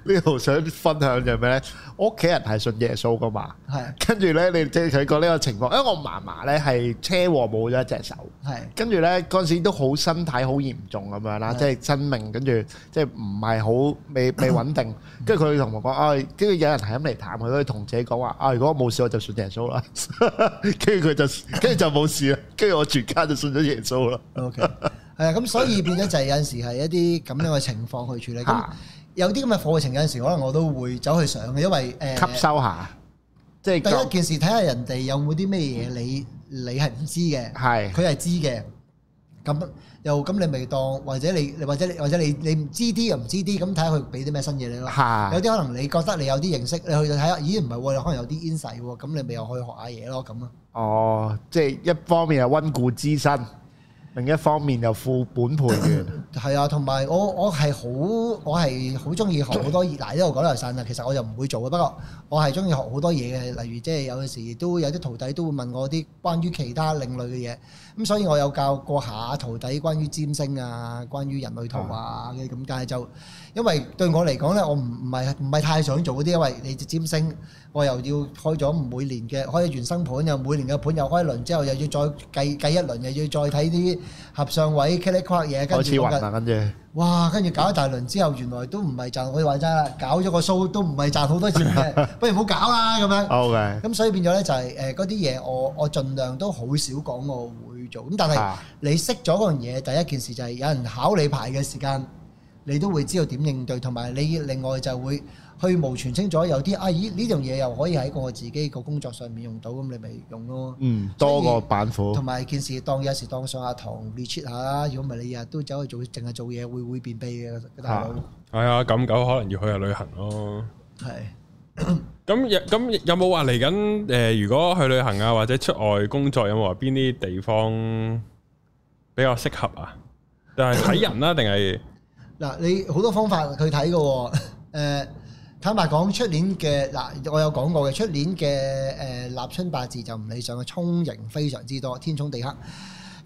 Speaker 2: 呢度想分享就係咩咧？我屋企人係信耶穌噶嘛，
Speaker 3: 係
Speaker 2: 跟住咧你即係佢講呢個情況，因為我嫲嫲咧係車禍冇咗一隻手。
Speaker 3: 係
Speaker 2: 跟住咧嗰陣時都好身體好嚴重咁樣啦，
Speaker 3: 係
Speaker 2: 即係生命跟住即係唔係好未未穩定。跟住佢同我講，唉，跟住有人係咁嚟探佢，跟住同自己講話，啊，如果我冇事我就信耶穌啦。 跟住佢就跟住就冇事啦，跟住我全家就信咗耶穌啦。
Speaker 3: OK 係啊，咁所以變咗就係有陣時係一啲咁樣嘅情況去處理。咁
Speaker 2: 嚇
Speaker 3: 有啲咁嘅課程有陣時可能我都會走去上嘅，因為誒。
Speaker 2: 吸收下，即係
Speaker 3: 第一
Speaker 2: 講
Speaker 3: 件事睇下人哋有冇啲咩嘢你你係唔知嘅，
Speaker 2: 係
Speaker 3: 佢係知嘅。咁又咁你咪當或者你你或者你或者你你唔知啲又唔知啲，咁睇下佢俾啲咩新嘢你咯。有
Speaker 2: 嚇
Speaker 3: 啲可能你覺得你有啲認識，你去到睇下，咦唔係喎，可能有啲 insight 喎，咁你咪又去學下嘢咯，咁咯。
Speaker 2: 哦，即係一方面係温故知新，另一方面又副本培元。
Speaker 3: 係啊，同埋我我係好我係好中意學好多嘢，嗱呢度講嚟散啦，其實我就唔會做嘅，不過我係中意學好多嘢嘅，例如即係有陣時都有啲徒弟都會問我啲關於其他另類嘅嘢，咁所以我有教過下徒弟關於占星啊，關於人類圖啊嘅咁，但係就因為對我嚟講咧，我唔唔係唔係太想做嗰啲，因為你占星我又要開咗每年嘅開原生盤，又每年嘅盤又開一輪之後，又要再計計一輪，又要再睇啲合相位、k i l 嘢，跟
Speaker 2: 開
Speaker 3: 住
Speaker 2: 始
Speaker 3: 嗰
Speaker 2: 暈
Speaker 3: 個
Speaker 2: 啦，跟住
Speaker 3: 哇！跟住搞一大輪之後，原來都唔係賺，我哋話齋啦，搞咗個 show 都唔係賺好多錢嘅，不如唔好搞啦咁樣。
Speaker 2: ，OK，
Speaker 3: 咁所以變咗咧就係誒嗰啲嘢，我我盡量都好少講我會做。咁但係
Speaker 2: 啊
Speaker 3: 你識咗嗰樣嘢，第一件事就係有人考你牌嘅時間，你都會知道點應對，同埋你另外就會去無全清楚有啲啊咦呢樣嘢又可以喺我自己個工作上面用到，咁你咪用咯。
Speaker 2: 嗯，多個板斧
Speaker 3: 同。埋件事當有時當上下堂 recheck 下啦，如果唔係你日日都走去做，淨係做嘢會會便秘嘅大佬。
Speaker 1: 係啊，咁狗可能要去下旅行咯。
Speaker 3: 係
Speaker 1: 咁有咁有冇話嚟緊诶？如果去旅行啊，或者出外工作，有冇話邊啲地方比較適合啊？就係睇人 啦，定係
Speaker 3: 嗱，你好多方法去睇嘅喎。誒，坦白講，出年嘅嗱，我有講過嘅，出年嘅誒立春八字就唔理想嘅，沖刑非常之多，天沖地黑。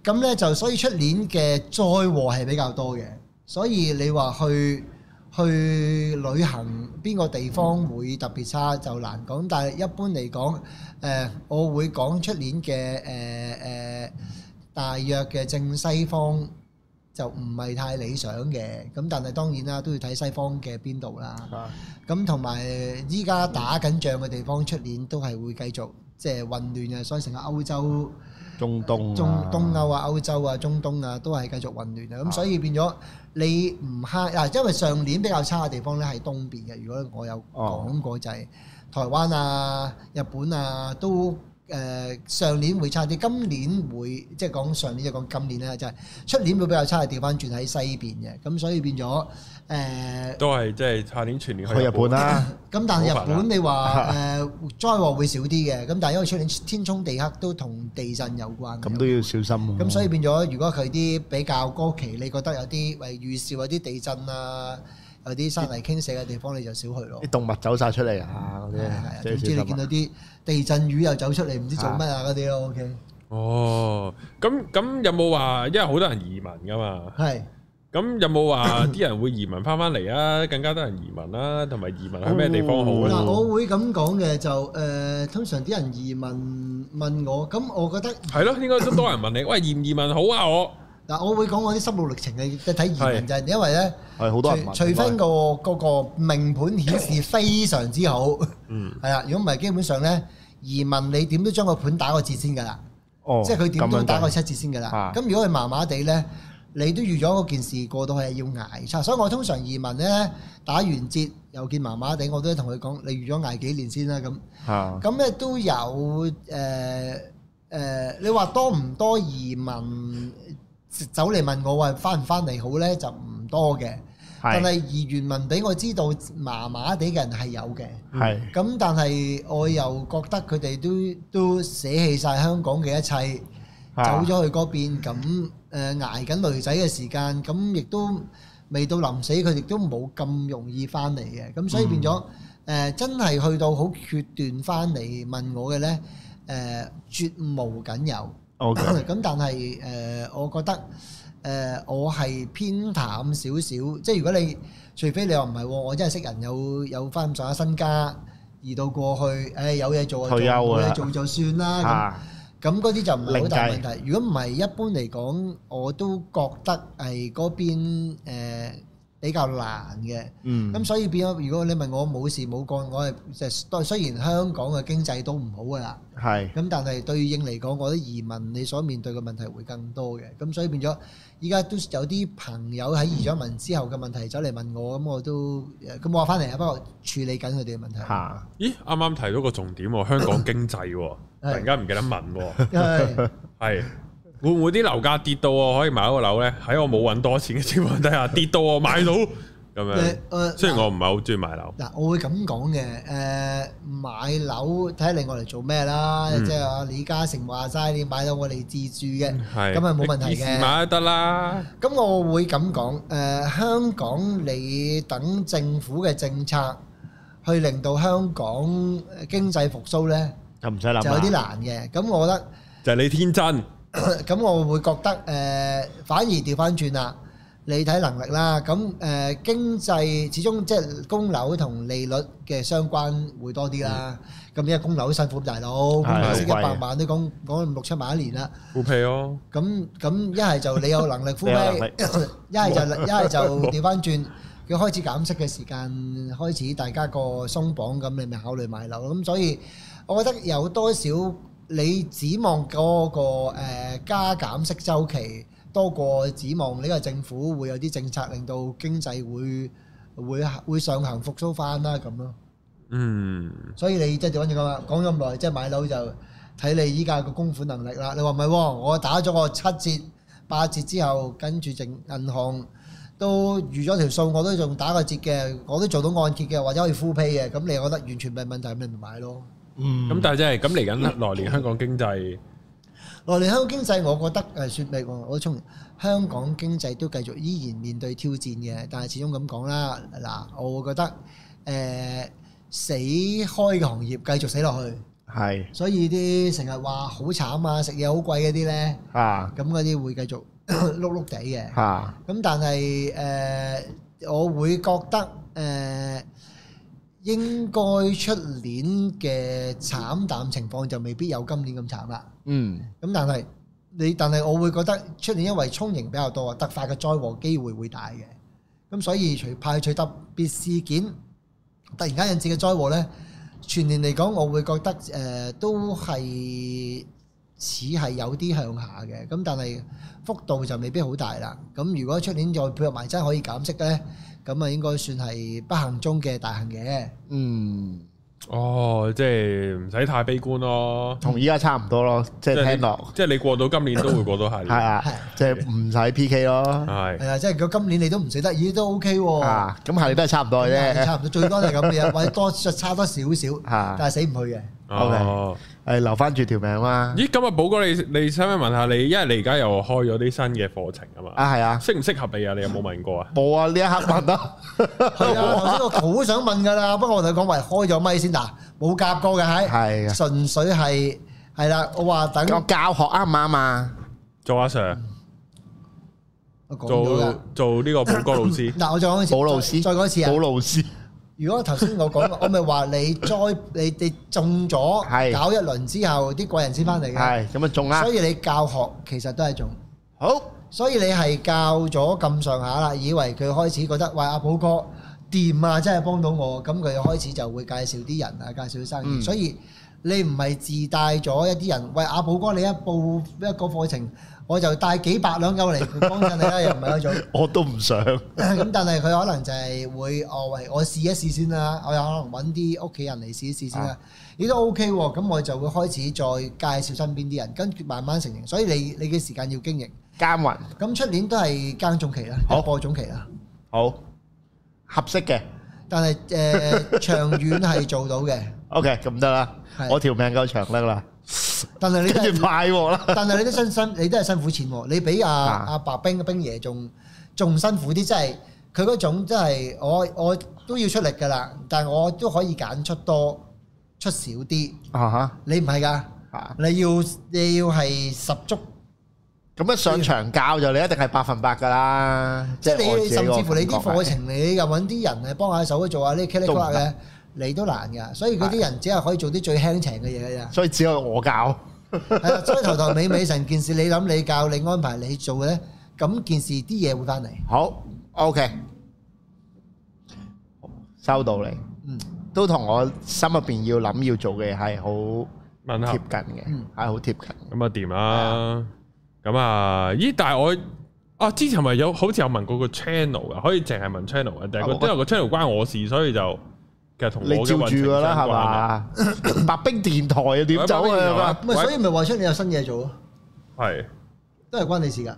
Speaker 3: 咁咧就所以出年嘅災禍係比較多嘅，所以你話去去旅行邊個地方會特別差就難講，但係一般嚟講，誒、我會講出年嘅誒誒大約嘅正西方就唔係太理想嘅，咁但係當然啦都要睇西方嘅邊度啦。
Speaker 2: 啊
Speaker 3: 咁同埋依家打緊仗嘅地方，出年都係會繼續即係混亂嘅，所以成個歐洲。
Speaker 2: 中東啊
Speaker 3: 中東歐啊、歐洲啊、中東啊，都係繼續混亂啊。咁所以變咗你唔慳嗱，因為上年比較差嘅地方咧係東邊嘅。如果我有
Speaker 2: 哦
Speaker 3: 講過就係台灣啊、日本啊，都誒上年會差啲，今年會即係講上年就講今年啦，就係出年會比較差，係調翻轉喺西邊嘅，咁所以變咗呃誒。
Speaker 1: 都係即係差年全年
Speaker 2: 去
Speaker 1: 去
Speaker 2: 日本啊
Speaker 1: 啦。
Speaker 2: 啦，
Speaker 3: 咁但係
Speaker 1: 好
Speaker 3: 日
Speaker 1: 煩啊
Speaker 3: 本 你話誒災禍會少啲嘅，咁但係因為出年天衝地黑都同地震有關嘅，
Speaker 2: 咁都要小心啊喎。
Speaker 3: 咁所以變咗，如果佢啲比較高期，你覺得有啲誒預兆有啲地震啊，有啲山泥傾瀉嘅地方，你就少去咯
Speaker 2: 啲。動物走晒出嚟啊，嗰
Speaker 3: 係啊
Speaker 2: 啲，
Speaker 3: 總
Speaker 2: 真
Speaker 3: 之
Speaker 2: 係
Speaker 3: 你
Speaker 2: 小
Speaker 3: 見
Speaker 2: 心
Speaker 3: 到
Speaker 2: 啊。
Speaker 3: 啲地震魚又走出嚟，唔知做乜啊嗰啲咯。OK，
Speaker 1: 哦，咁咁有冇話，因為好多人移民噶
Speaker 2: 啊
Speaker 1: 嘛，
Speaker 3: 係
Speaker 1: 咁有冇話啲人會移民翻翻嚟啊？ 更加多人移民啦，同埋移民去咩地方好啊
Speaker 2: 哦
Speaker 1: 咧？
Speaker 3: 嗱，我會咁講嘅就誒，通常啲人移民問我，咁我覺得
Speaker 1: 係咯，應該都多人 問你，喂移唔移民好啊？我
Speaker 3: 嗱，我會講我啲心路歷程嘅，睇移民就係因為咧。
Speaker 2: 係好多人
Speaker 3: 除
Speaker 2: 問
Speaker 3: 除非個嗰個命盤顯示非常之好，
Speaker 2: 哦嗯
Speaker 3: 係啦、如果唔係，基本上咧移民你點都將個盤打個折先㗎啦，
Speaker 2: 哦
Speaker 3: 即係佢點
Speaker 2: 咁樣
Speaker 3: 都打個
Speaker 2: 計
Speaker 3: 七折先㗎啦
Speaker 2: 啊。
Speaker 3: 咁、如果佢麻麻地咧，你都預咗嗰件事過到係要捱差，所以我通常移民咧打完折又見麻麻地，我都同佢講你預咗捱幾年先啦咁。
Speaker 2: 嚇
Speaker 3: 咁咧都有誒誒、你話多唔多移民走嚟問我話翻唔翻嚟好咧，就唔多嘅。但
Speaker 2: 係
Speaker 3: 係而原文俾我知道麻麻地嘅人係有嘅，
Speaker 2: 係
Speaker 3: 咁但係我又覺得佢哋都都捨棄晒香港嘅一切，走
Speaker 2: 啊
Speaker 3: 咗去嗰邊，咁誒捱緊女仔嘅時間，咁亦都未到臨死，佢哋都冇咁容易翻嚟嘅，咁所以變咗誒、真係去到好決斷翻嚟問我嘅呢，誒、絕無僅有。
Speaker 2: ，OK，
Speaker 3: 咁但係誒、呃我覺得誒、呃我係偏淡少少，即係如果你除非你話唔係喎，我真係識人有有翻咁上下身家移到過去，誒、有嘢做就
Speaker 2: 退
Speaker 3: 做
Speaker 2: 休啊
Speaker 3: 冇
Speaker 2: 㗎啦
Speaker 3: 嘢做就算啦。
Speaker 2: 嚇
Speaker 3: 咁咁嗰啲就唔係好大問
Speaker 2: 另
Speaker 3: 題。如果唔係，一般嚟講，我都覺得係嗰邊、呃、比較難嘅。
Speaker 2: 嗯
Speaker 3: 咁所以變咗，如果你問我冇事冇幹，我係即係雖然香港嘅經濟都唔好噶啦。
Speaker 2: 係
Speaker 3: 咁但係對應嚟講，我覺得移民你所面對嘅問題會更多嘅，咁所以變咗依家都有啲朋友喺移咗民之後嘅問題走嚟問我，咁我都誒咁我翻嚟啊，不過處理緊佢哋嘅問題。
Speaker 2: 嚇
Speaker 1: 咦，啱啱提到個重點喎，香 港經濟喎，突然間唔記得問喎。
Speaker 3: 係
Speaker 1: 系會唔會啲樓價跌到我可以買到個樓咧？喺我冇揾多錢嘅情況底下，跌到我買到咁
Speaker 3: 誒
Speaker 1: 樣。
Speaker 3: 誒，
Speaker 1: 雖然我唔係好中意買樓，
Speaker 3: 嗱，我會咁講嘅，誒、買樓睇下你我嚟做咩啦，
Speaker 1: 嗯
Speaker 3: 即係啊李嘉誠話齋，你買到我嚟自住嘅，
Speaker 1: 係
Speaker 3: 咁啊冇問題嘅
Speaker 1: 你幾時買都得啦。
Speaker 3: 咁我會咁講，誒、香港你等政府嘅政策去令到香港呃經濟復甦呢，
Speaker 2: 就唔使諗啦
Speaker 3: 就有啲難嘅。咁我覺
Speaker 1: 就係你天真，
Speaker 3: 得，咁我會覺得誒、呃反而調翻轉啦，你睇能力啦。 咁誒、呃、經濟始終即係供樓同利率嘅相關會多啲啦。咁因為供樓辛苦大佬，供樓
Speaker 2: 係
Speaker 3: 息一
Speaker 2: 好貴
Speaker 3: 百
Speaker 2: 啊
Speaker 3: 萬都講講五六七萬一年啦。
Speaker 1: 好屁咯。
Speaker 3: 咁咁一係就你有能力 呼
Speaker 2: 你
Speaker 3: 啤，
Speaker 2: 有能力
Speaker 3: 一係就 一係就調翻轉，佢開始減息嘅時間開始大家個鬆綁，咁你咪考慮買樓。咁所以我覺得有多少你指望嗰、個、呃、加減息周期多過指望呢個政府會有啲政策令到經濟會會會上行復甦翻啦咁咯。
Speaker 1: 嗯，
Speaker 3: 所以你即係點樣講啊？講咗咁耐，即係買樓就睇你依家個供款能力啦。你話唔係喎？我打咗個七折、八折之後，跟住剩銀行都預咗條數，我都仲打個折嘅，我都做到按揭嘅，或者可以 full pay 嘅。咁你又覺得完全唔係問題，咪唔買咯？
Speaker 2: 嗯
Speaker 1: 咁但係即係咁嚟緊來年香港經濟
Speaker 3: 內地香港經濟，我覺得誒説明喎，我從香港經濟都繼續依然面對挑戰嘅，但係始終咁講啦，嗱，我會覺得誒、呃死開嘅行業繼續死落去。
Speaker 2: 係
Speaker 3: 所以啲成日話好慘啊，食嘢好貴嗰啲呢，
Speaker 2: 嚇
Speaker 3: 咁嗰啲會繼續 碌碌地嘅。
Speaker 2: 嚇
Speaker 3: 咁但係誒、呃我會覺得誒、呃，應該出年嘅慘淡情況就未必有今年咁慘啦。
Speaker 2: 嗯
Speaker 3: 咁但係你，但係我會覺得出年因為充盈比較多，啊突發嘅災禍機會會大嘅。咁所以除排除特別事件突然間引致嘅災禍呢，全年嚟講，我會覺得誒、呃都係似係有啲向下嘅。咁但係幅度就未必好大啦。咁如果出年再配合埋真係可以減息呢，咁啊應該算係不幸中嘅大幸嘅。
Speaker 2: 嗯
Speaker 1: 哦，即係唔使太悲觀咯，
Speaker 2: 同依家差唔多咯，即
Speaker 1: 即係
Speaker 2: 係
Speaker 1: 你
Speaker 2: 聽落
Speaker 1: 即係你過到今年都會過到下年，
Speaker 2: 係啊
Speaker 3: 係，
Speaker 2: 即係唔使 P K 咯，
Speaker 1: 係
Speaker 3: 係啊，即係如果今年你都唔死得，咦都 OK 喎，
Speaker 2: 啊，咁下年都係差唔多嘅
Speaker 3: 咁
Speaker 2: 啫
Speaker 3: 差，唔多，最多就係 咁嘅，或者多差多少少，
Speaker 2: 啊
Speaker 3: 但係死唔去嘅。
Speaker 2: OK
Speaker 1: 哦。
Speaker 2: 誒留翻住條命嘛，
Speaker 1: 咦，咁啊，寶哥，你你想唔想問下你？因為你而家又開咗啲新嘅課程啊嘛，
Speaker 2: 啊係啊，
Speaker 1: 適唔適合你啊？你有冇問過啊？
Speaker 2: 冇啊呢一刻問得，
Speaker 3: 係啊， 頭先我好想問㗎啦，不過我同你講，喂，開咗咪先嗱，冇夾過嘅係，
Speaker 2: 係啊
Speaker 3: 純粹係係啦，我話等
Speaker 2: 我教學啱唔啱啊？
Speaker 1: 做阿 Sir，
Speaker 3: 我講咗
Speaker 1: 做
Speaker 3: 啦。
Speaker 1: 做呢個寶哥老
Speaker 3: ，
Speaker 1: 師
Speaker 3: 嗱，我再講一次，
Speaker 2: 保老師，
Speaker 3: 再再講一次啊
Speaker 2: 保！老師
Speaker 3: 如果頭先 我講，我咪話你栽你你中咗，
Speaker 2: 係
Speaker 3: 搞一輪之後，啲貴人先翻嚟嘅，
Speaker 2: 係咁啊中啊
Speaker 3: 所，以你教學其實都係中。
Speaker 2: 好
Speaker 3: 所以你係教咗咁上下啦，以為佢開始覺得，喂阿寶哥掂啊，真係幫到我，咁佢開始就會介紹啲人啊，介紹啲生意。
Speaker 2: 嗯
Speaker 3: 所以你唔係自帶咗一啲人，喂阿寶哥你一報一個課程，我就帶幾百兩嚿嚟幫襯你啦，又唔係嗰種。
Speaker 2: 我都唔想，
Speaker 3: 咁但係佢可能就係會，哦喂，我試一試先啦，我有可能揾啲屋企人嚟試一試先啦，亦都 OK 喎。咁我就會開始再介紹身邊啲人，跟住慢慢成型。所以你你嘅時間要經營。
Speaker 2: 監雲
Speaker 3: 咁出年都係耕種期啦，
Speaker 2: 好
Speaker 3: 有播種期啦。
Speaker 2: 好合適嘅
Speaker 3: 但係誒、 呃、長遠係做到嘅，
Speaker 2: ，OK 咁得啦，
Speaker 3: 係
Speaker 2: 我條命夠長得啦，
Speaker 3: 但係你都
Speaker 2: 跟 住
Speaker 3: 係，
Speaker 2: 派我啦，
Speaker 3: 但係你都辛辛，你都係辛苦錢喎。你比阿
Speaker 2: 啊
Speaker 3: 阿白冰冰爺仲仲辛苦啲，即係佢嗰種真係我我都要出力㗎啦，但係我都可以揀出多出少啲。
Speaker 2: 啊哈
Speaker 3: 你唔係㗎，
Speaker 2: 啊
Speaker 3: 你要你要係十足，
Speaker 2: 咁一上場教就你一定係百分百㗎啦，
Speaker 3: 即係
Speaker 2: 我
Speaker 3: 你
Speaker 2: 自己
Speaker 3: 甚
Speaker 2: 個
Speaker 3: 至乎你啲
Speaker 2: 感覺係
Speaker 3: 課程，你又揾啲人嚟幫下手做下呢 c a l
Speaker 2: 都唔
Speaker 3: i
Speaker 2: 得
Speaker 3: 嘅，你都難㗎。所以嗰啲人只係可以做啲最輕情嘅嘢㗎咋。
Speaker 2: 所以只有我教，
Speaker 3: 係啦，所以頭頭尾尾成件事，你諗你教你安排你做嘅咧，咁件事啲嘢會翻嚟。
Speaker 2: 好 OK，收到你，
Speaker 3: 嗯，
Speaker 2: 都同我心入邊要諗要做嘅係好
Speaker 1: 問
Speaker 2: 貼
Speaker 1: 下
Speaker 2: 近嘅，係
Speaker 3: 嗯
Speaker 2: 好貼近。
Speaker 1: 咁啊掂
Speaker 2: 係
Speaker 1: 啦。咁啊，咦？但係我啊，之前咪有好似有問過個 channel 啊，可以淨係問 channel 啊，但係個
Speaker 2: 啊我
Speaker 1: 因為個 channel 關我事，所以就其實同我
Speaker 2: 你
Speaker 1: 嘅
Speaker 2: 照
Speaker 1: 運
Speaker 2: 住
Speaker 1: 程
Speaker 2: 㗎啦，
Speaker 1: 相
Speaker 2: 係
Speaker 1: 關啊？
Speaker 2: 嘛？ 白冰電台啊，點走啊？
Speaker 3: 咁啊，所以咪話出你有新嘢做咯，
Speaker 1: 係，
Speaker 3: 都係關你事㗎。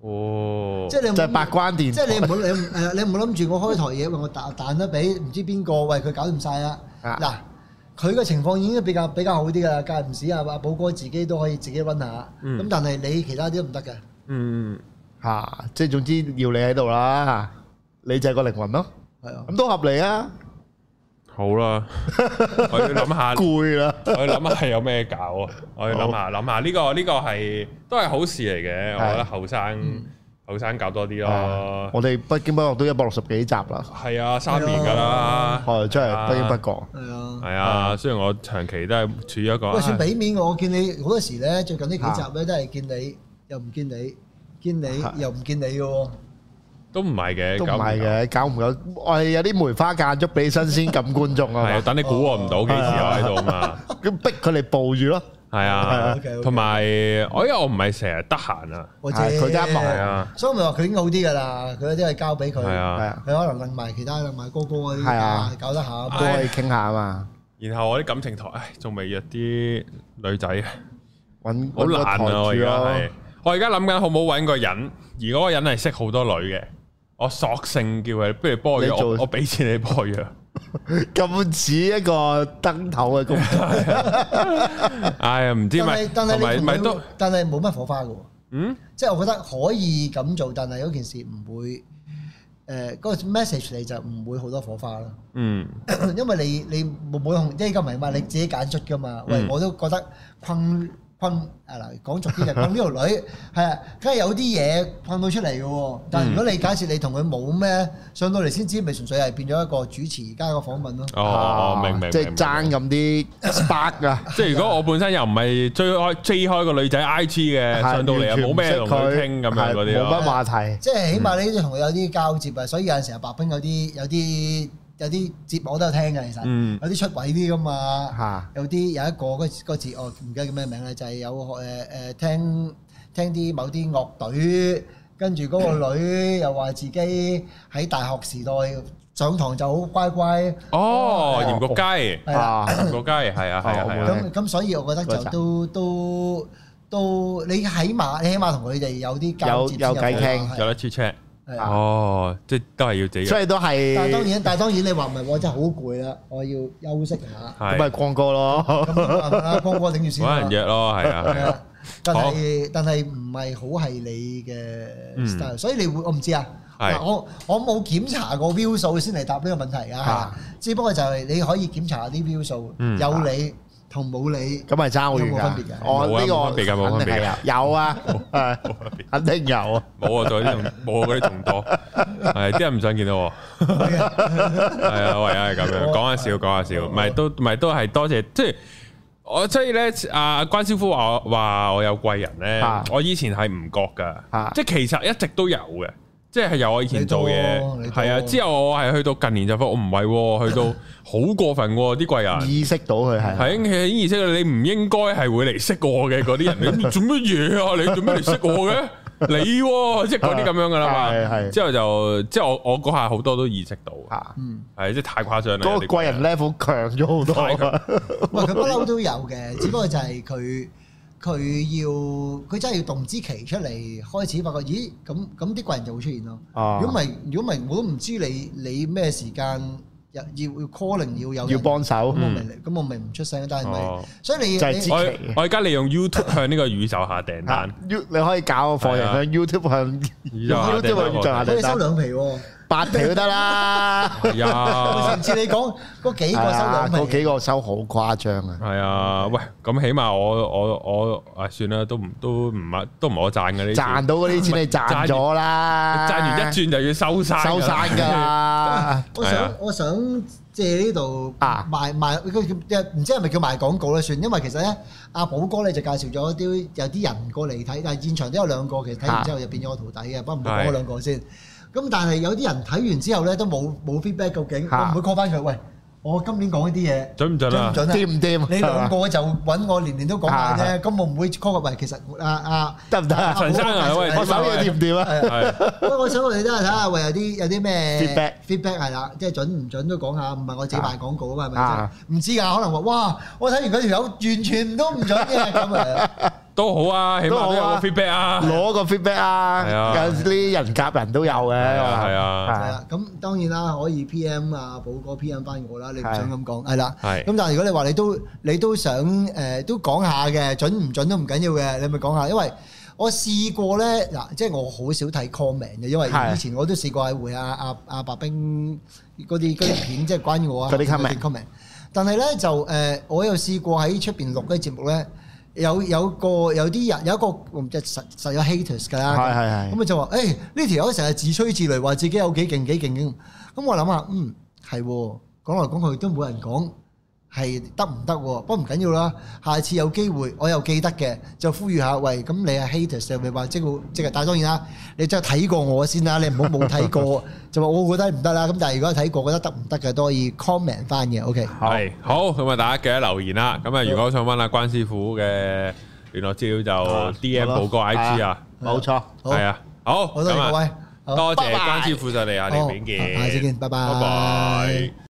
Speaker 1: 哦，
Speaker 3: 即係你唔
Speaker 2: 就係白關電
Speaker 3: 即係你唔好你唔係啊你唔好諗住我開台嘢，喂我彈彈得俾唔知邊個，喂佢搞掂晒啦。
Speaker 2: 啊
Speaker 3: 嗱，佢嘅情況已經比較比較好啲㗎啦，間唔時啊阿寶哥自己都可以自己 run 下。
Speaker 1: 嗯
Speaker 3: 咁但係你其他啲都唔得㗎。
Speaker 1: 嗯，
Speaker 2: 嚇，即係總之要你喺度啦，你就係個靈魂咯，
Speaker 3: 係啊，
Speaker 2: 咁都合理啊，
Speaker 1: 好啦，我要諗下。
Speaker 2: 攰啦，
Speaker 1: 我要諗下有咩搞啊！我要諗下諗下呢個呢個係都係好事嚟嘅，我覺得後生後生搞多啲
Speaker 2: 啊
Speaker 1: 咯。
Speaker 2: 我哋不經不覺都一百六十幾集啦，
Speaker 1: 係啊，三年㗎啦，
Speaker 2: 我哋真係不經不覺。
Speaker 3: 係
Speaker 2: 嗯
Speaker 3: 啊。
Speaker 1: 係啊。雖然我長期都係處於一個
Speaker 3: 喂，算俾面我，我見你好多時咧，最近呢幾
Speaker 2: 啊
Speaker 3: 集咧都係見你又唔見你，見
Speaker 2: 嚇
Speaker 3: 你又唔見你嘅喎。
Speaker 1: 都唔係嘅，
Speaker 2: 都唔
Speaker 1: 搞
Speaker 2: 係
Speaker 1: 掂，
Speaker 2: 嘅，搞唔夠，我係有啲梅花間竹俾新鮮感觀眾啊
Speaker 1: 係啊
Speaker 2: 嘛，
Speaker 1: 等你估我唔到幾時我喺度嘛。
Speaker 2: 咁逼佢哋抱住咯，
Speaker 1: 係
Speaker 2: 啊係
Speaker 1: 啊
Speaker 2: 啊，
Speaker 3: OK，OK
Speaker 1: 同埋我因為我唔係成日得閒啊，
Speaker 3: 我知
Speaker 2: 係佢啱忙
Speaker 1: 係啊，
Speaker 3: 所以咪話佢已經好啲㗎啦，佢啲係交俾佢，
Speaker 1: 係
Speaker 3: 佢
Speaker 2: 係
Speaker 1: 啊。
Speaker 2: 啊，
Speaker 3: 可能楞埋其他楞埋哥哥嗰啲
Speaker 2: 係啊
Speaker 3: 搞得下
Speaker 2: 都。可以傾下啊嘛，
Speaker 1: 然後我啲感情台，唉，仲未約啲女仔啊。
Speaker 2: 揾
Speaker 1: 好難
Speaker 2: 揾個
Speaker 1: 啊！我而
Speaker 2: 台主
Speaker 1: 家
Speaker 2: 咯
Speaker 1: 係，我而家諗緊好唔好揾個人，而嗰個人係識好多女嘅，我索性叫佢，不如幫我約，
Speaker 2: 你做
Speaker 1: 我我俾錢你幫我約。
Speaker 2: 咁似一個燈頭嘅工作，
Speaker 1: 哎呀，唔知
Speaker 3: 但
Speaker 1: 咪
Speaker 3: 係但係
Speaker 1: 同埋
Speaker 3: 你
Speaker 1: 咪
Speaker 3: 同
Speaker 1: 都
Speaker 3: 佢，但係冇乜火花嘅喎。
Speaker 1: 嗯，
Speaker 3: 即係我覺得可以咁做，但係嗰件事唔會誒嗰個 message 你就唔會好多火花啦。
Speaker 1: 嗯，
Speaker 3: 因為你你冇冇用，即係咁明嘛，你自己揀出噶嘛。喂
Speaker 1: 嗯，
Speaker 3: 我都覺得困困啊嗱，講俗 啲就困呢條女係啊，梗係有啲嘢困到出嚟嘅喎。但
Speaker 1: 嗯
Speaker 3: 係如果你假設你同佢冇咩上到嚟先知，咪純粹係變咗一個主持加一個訪問咯。
Speaker 2: Ờ,
Speaker 1: 哦，明明，
Speaker 2: 啊即
Speaker 1: 明
Speaker 2: 係爭，咁啲 spark à. 啊，
Speaker 1: 明即係如果我本身又唔係追開追開個女仔 I G 嘅，
Speaker 2: 係
Speaker 1: 上到嚟又
Speaker 2: 完全
Speaker 1: 冇咩
Speaker 2: 唔識
Speaker 1: 同佢傾咁樣
Speaker 2: 係
Speaker 1: 嗰啲
Speaker 2: 冇乜
Speaker 1: 咯，
Speaker 2: 話題，
Speaker 3: 即係起
Speaker 1: 嗯
Speaker 3: 碼你都同佢有啲交接啊，所以有陣時候白冰有啲有啲有啲節目我都有聽嘅，其實、
Speaker 1: 嗯
Speaker 3: 有啲出位啲噶嘛，
Speaker 2: 嚇
Speaker 3: 有啲有一個嗰嗰次我唔記得叫咩名咧，就係、有誒誒、聽聽啲某啲樂隊跟住嗰個女又話自己喺大學時代上堂就好乖乖，
Speaker 1: 哦，鹽焗雞，
Speaker 3: 係啦。
Speaker 2: 啊
Speaker 1: 鹽焗雞係啊係啊係啊，
Speaker 3: 咁咁所以我覺得就都都都你起碼你起碼同佢哋有啲交接先
Speaker 2: 有有偈傾
Speaker 3: 辦法
Speaker 1: 啊有得 check check，
Speaker 3: 係啊。
Speaker 1: 哦，即係都係要自己
Speaker 2: 所以都係
Speaker 3: 但係當然，但係當然你話唔係，我真係好攰啦，我要休息下。
Speaker 2: 咁
Speaker 1: 係
Speaker 2: 咪光哥咯，
Speaker 3: 咁啊，光哥頂住先
Speaker 1: 揾人
Speaker 3: 啦。
Speaker 1: 約咯，係啊係
Speaker 3: 係
Speaker 1: 啊。
Speaker 3: 啊， 但係但係唔係好係你嘅 style，所以你會我唔知啊。
Speaker 1: 係
Speaker 3: 嗱，我我冇檢查過 view 數先嚟答呢個問題啊
Speaker 2: 啊。
Speaker 3: 只不過就係你可以檢查下啲 view 數，
Speaker 1: 嗯
Speaker 3: 有你同冇你。
Speaker 2: 咁咪爭好遠
Speaker 3: 有冇分別
Speaker 2: 㗎。
Speaker 3: 㗎
Speaker 2: 我
Speaker 1: 冇啊冇
Speaker 2: 呢
Speaker 1: 分別㗎冇分別㗎
Speaker 2: 個肯定係有有啊，係肯定有啊。
Speaker 1: 冇啊，仲有啲仲冇啊，嗰啲仲多，係啲人唔想見到我，係啊，唯有係咁
Speaker 3: 哦
Speaker 1: 樣講下笑，講下笑，唔係都唔係都係多謝，即係我所以咧，阿關師傅話我話我有貴人咧
Speaker 2: 啊，
Speaker 1: 我以前係唔覺噶
Speaker 2: 啊，
Speaker 1: 即係其實一直都有嘅，即係有我以前做嘢
Speaker 3: 你多你，多
Speaker 1: 係啊，之後我係去到近年就發覺我唔係喎，去 到好過分喎啲貴人。
Speaker 2: 意識到佢係
Speaker 1: 係，其實意識到你唔應該係會嚟識我嘅嗰啲人， 你做乜嘢啊？你做咩嚟識我嘅？你喎即係嗰啲咁樣噶啦嘛。
Speaker 2: 係係
Speaker 1: 之後就即係我我嗰下好多都意識到，
Speaker 2: 啊，
Speaker 3: 嗯，
Speaker 1: 係即係太誇張啦。
Speaker 2: 嗰個貴人 level 強咗好
Speaker 1: 太強
Speaker 2: 多啊。
Speaker 3: 喂，佢不嬲都有嘅，只不過就係佢佢要佢真係要動之期出嚟，開始發覺，咦咁咁啲貴人就會出現咯。
Speaker 2: 啊
Speaker 3: 如果唔係，如果唔係，我都唔知你你咩時間要要 calling 要有人
Speaker 2: 要幫手
Speaker 3: 咁我咪咁我咪唔出聲，但係咪
Speaker 1: 哦？
Speaker 3: 所以你
Speaker 2: 就係
Speaker 3: 你
Speaker 2: 知
Speaker 1: 我我而家利用 YouTube 向呢個宇宙下訂
Speaker 2: 啊
Speaker 1: 單，
Speaker 2: ，You 你可以搞個貨
Speaker 1: 係
Speaker 2: 型
Speaker 1: 啊
Speaker 2: 向 YouTube 向
Speaker 1: 宇宙下訂
Speaker 2: YouTube 向宇宙下
Speaker 1: 單
Speaker 2: 訂
Speaker 3: 可以收兩皮喎。
Speaker 2: 八條都得啦。
Speaker 1: 我，係啊
Speaker 3: 上次你講嗰 幾個收
Speaker 2: 啊
Speaker 3: 兩
Speaker 2: 嗰
Speaker 3: 皮
Speaker 2: 幾，個收好誇張啊！
Speaker 1: 係啊，喂，咁起碼我我我啊算啦，都唔都唔啊都唔係我賺嘅呢啲錢，
Speaker 2: 賺到嗰啲錢你賺咗啦，
Speaker 1: 賺完一轉就要收晒㗎啦，
Speaker 2: 收晒㗎啦。
Speaker 3: 我
Speaker 1: 係啊
Speaker 3: 想我想借呢度
Speaker 2: 啊
Speaker 3: 賣賣佢叫唔知係咪叫賣廣告咧算，因為其實咧阿寶哥咧就介紹咗啲有啲人過嚟睇，但係現場都有兩個，其實睇完之後就變咗我徒弟嘅，不過唔好講
Speaker 1: 係
Speaker 3: 嗰兩個先。咁但係有啲人睇完之後咧都冇冇 feedback，究竟我
Speaker 2: 啊
Speaker 3: 唔會 call 翻佢，喂，我今年講呢啲嘢
Speaker 1: 準唔準啊
Speaker 3: 準唔準啊？
Speaker 2: 掂唔掂？
Speaker 3: 你兩個就揾我年年都講
Speaker 2: 啊
Speaker 3: 下啫，咁我唔會 call 佢喂，其實啊啊。
Speaker 2: 得唔得啊？
Speaker 1: 陳生啊，喂，
Speaker 2: 我手嘢掂唔掂啊？
Speaker 3: 係啊
Speaker 1: 係。
Speaker 3: 喂，我想我哋都係睇下，喂有啲有啲咩
Speaker 2: Feedback
Speaker 3: feedback 係啦，即係準唔準都講下，唔係我自己賣廣告啊嘛
Speaker 2: 啊，
Speaker 3: 係咪先？唔知㗎，可能話哇，我睇完嗰條友完全都唔準嘅咁啊，
Speaker 1: 都好啊，起碼都有
Speaker 2: 都好
Speaker 1: 個
Speaker 2: 啊
Speaker 1: feedback 啊。
Speaker 2: 攞個 feedback
Speaker 1: 係
Speaker 2: 啊，
Speaker 1: 啊
Speaker 2: 有啲人夾人都有嘅，
Speaker 1: 啊係啊
Speaker 3: 係啦，咁當然啦，可以 PM 啊，寶哥 PM 翻我啦，你唔想咁講係啦，
Speaker 1: 係
Speaker 3: 咁但係如果你話你都你都想誒都講下嘅，準唔準都唔緊要嘅，你咪講下，因為。我試過咧，嗱，即係我好少睇 comment 嘅，因為
Speaker 2: 係
Speaker 3: 以前我都試過係回阿阿阿啊白冰嗰啲嗰啲片，即係關於我啊
Speaker 2: 嗰啲 comment
Speaker 3: comment。但係咧就誒、呃我有試過喺出邊錄嗰啲節目咧，有有個有啲人有一個嗯即係實實有 haters 㗎啦。
Speaker 2: 係係係
Speaker 3: 咁佢就話：，誒呢條友成日自吹自擂，話自己有幾勁幾勁咁。咁我諗下，嗯係喎，講來講去都冇人講。係得唔得喎？不過唔緊要啦，下次有機會我又記得嘅，就呼籲下喂，咁你係 haters 又咪話即係即係，但係當然啦，你真係睇過我先啦，你唔好冇睇過就話我覺得唔得啦。咁但係如果睇過覺得得唔得嘅都可以 comment 翻嘅，OK。
Speaker 1: 系好咁啊！大家記得留言啦。咁啊，如果想揾阿關師傅嘅聯絡資料，
Speaker 2: 啊
Speaker 1: 就 D M 寶哥 I G 啊。
Speaker 2: 冇錯。
Speaker 3: 好
Speaker 1: 係啊，好
Speaker 3: 好多謝
Speaker 1: 咁啊
Speaker 3: 各位，好
Speaker 1: 多謝
Speaker 2: 拜拜
Speaker 1: 關師傅上嚟啊！
Speaker 3: 好
Speaker 1: 條片見，
Speaker 3: 下次見拜拜
Speaker 1: 拜拜。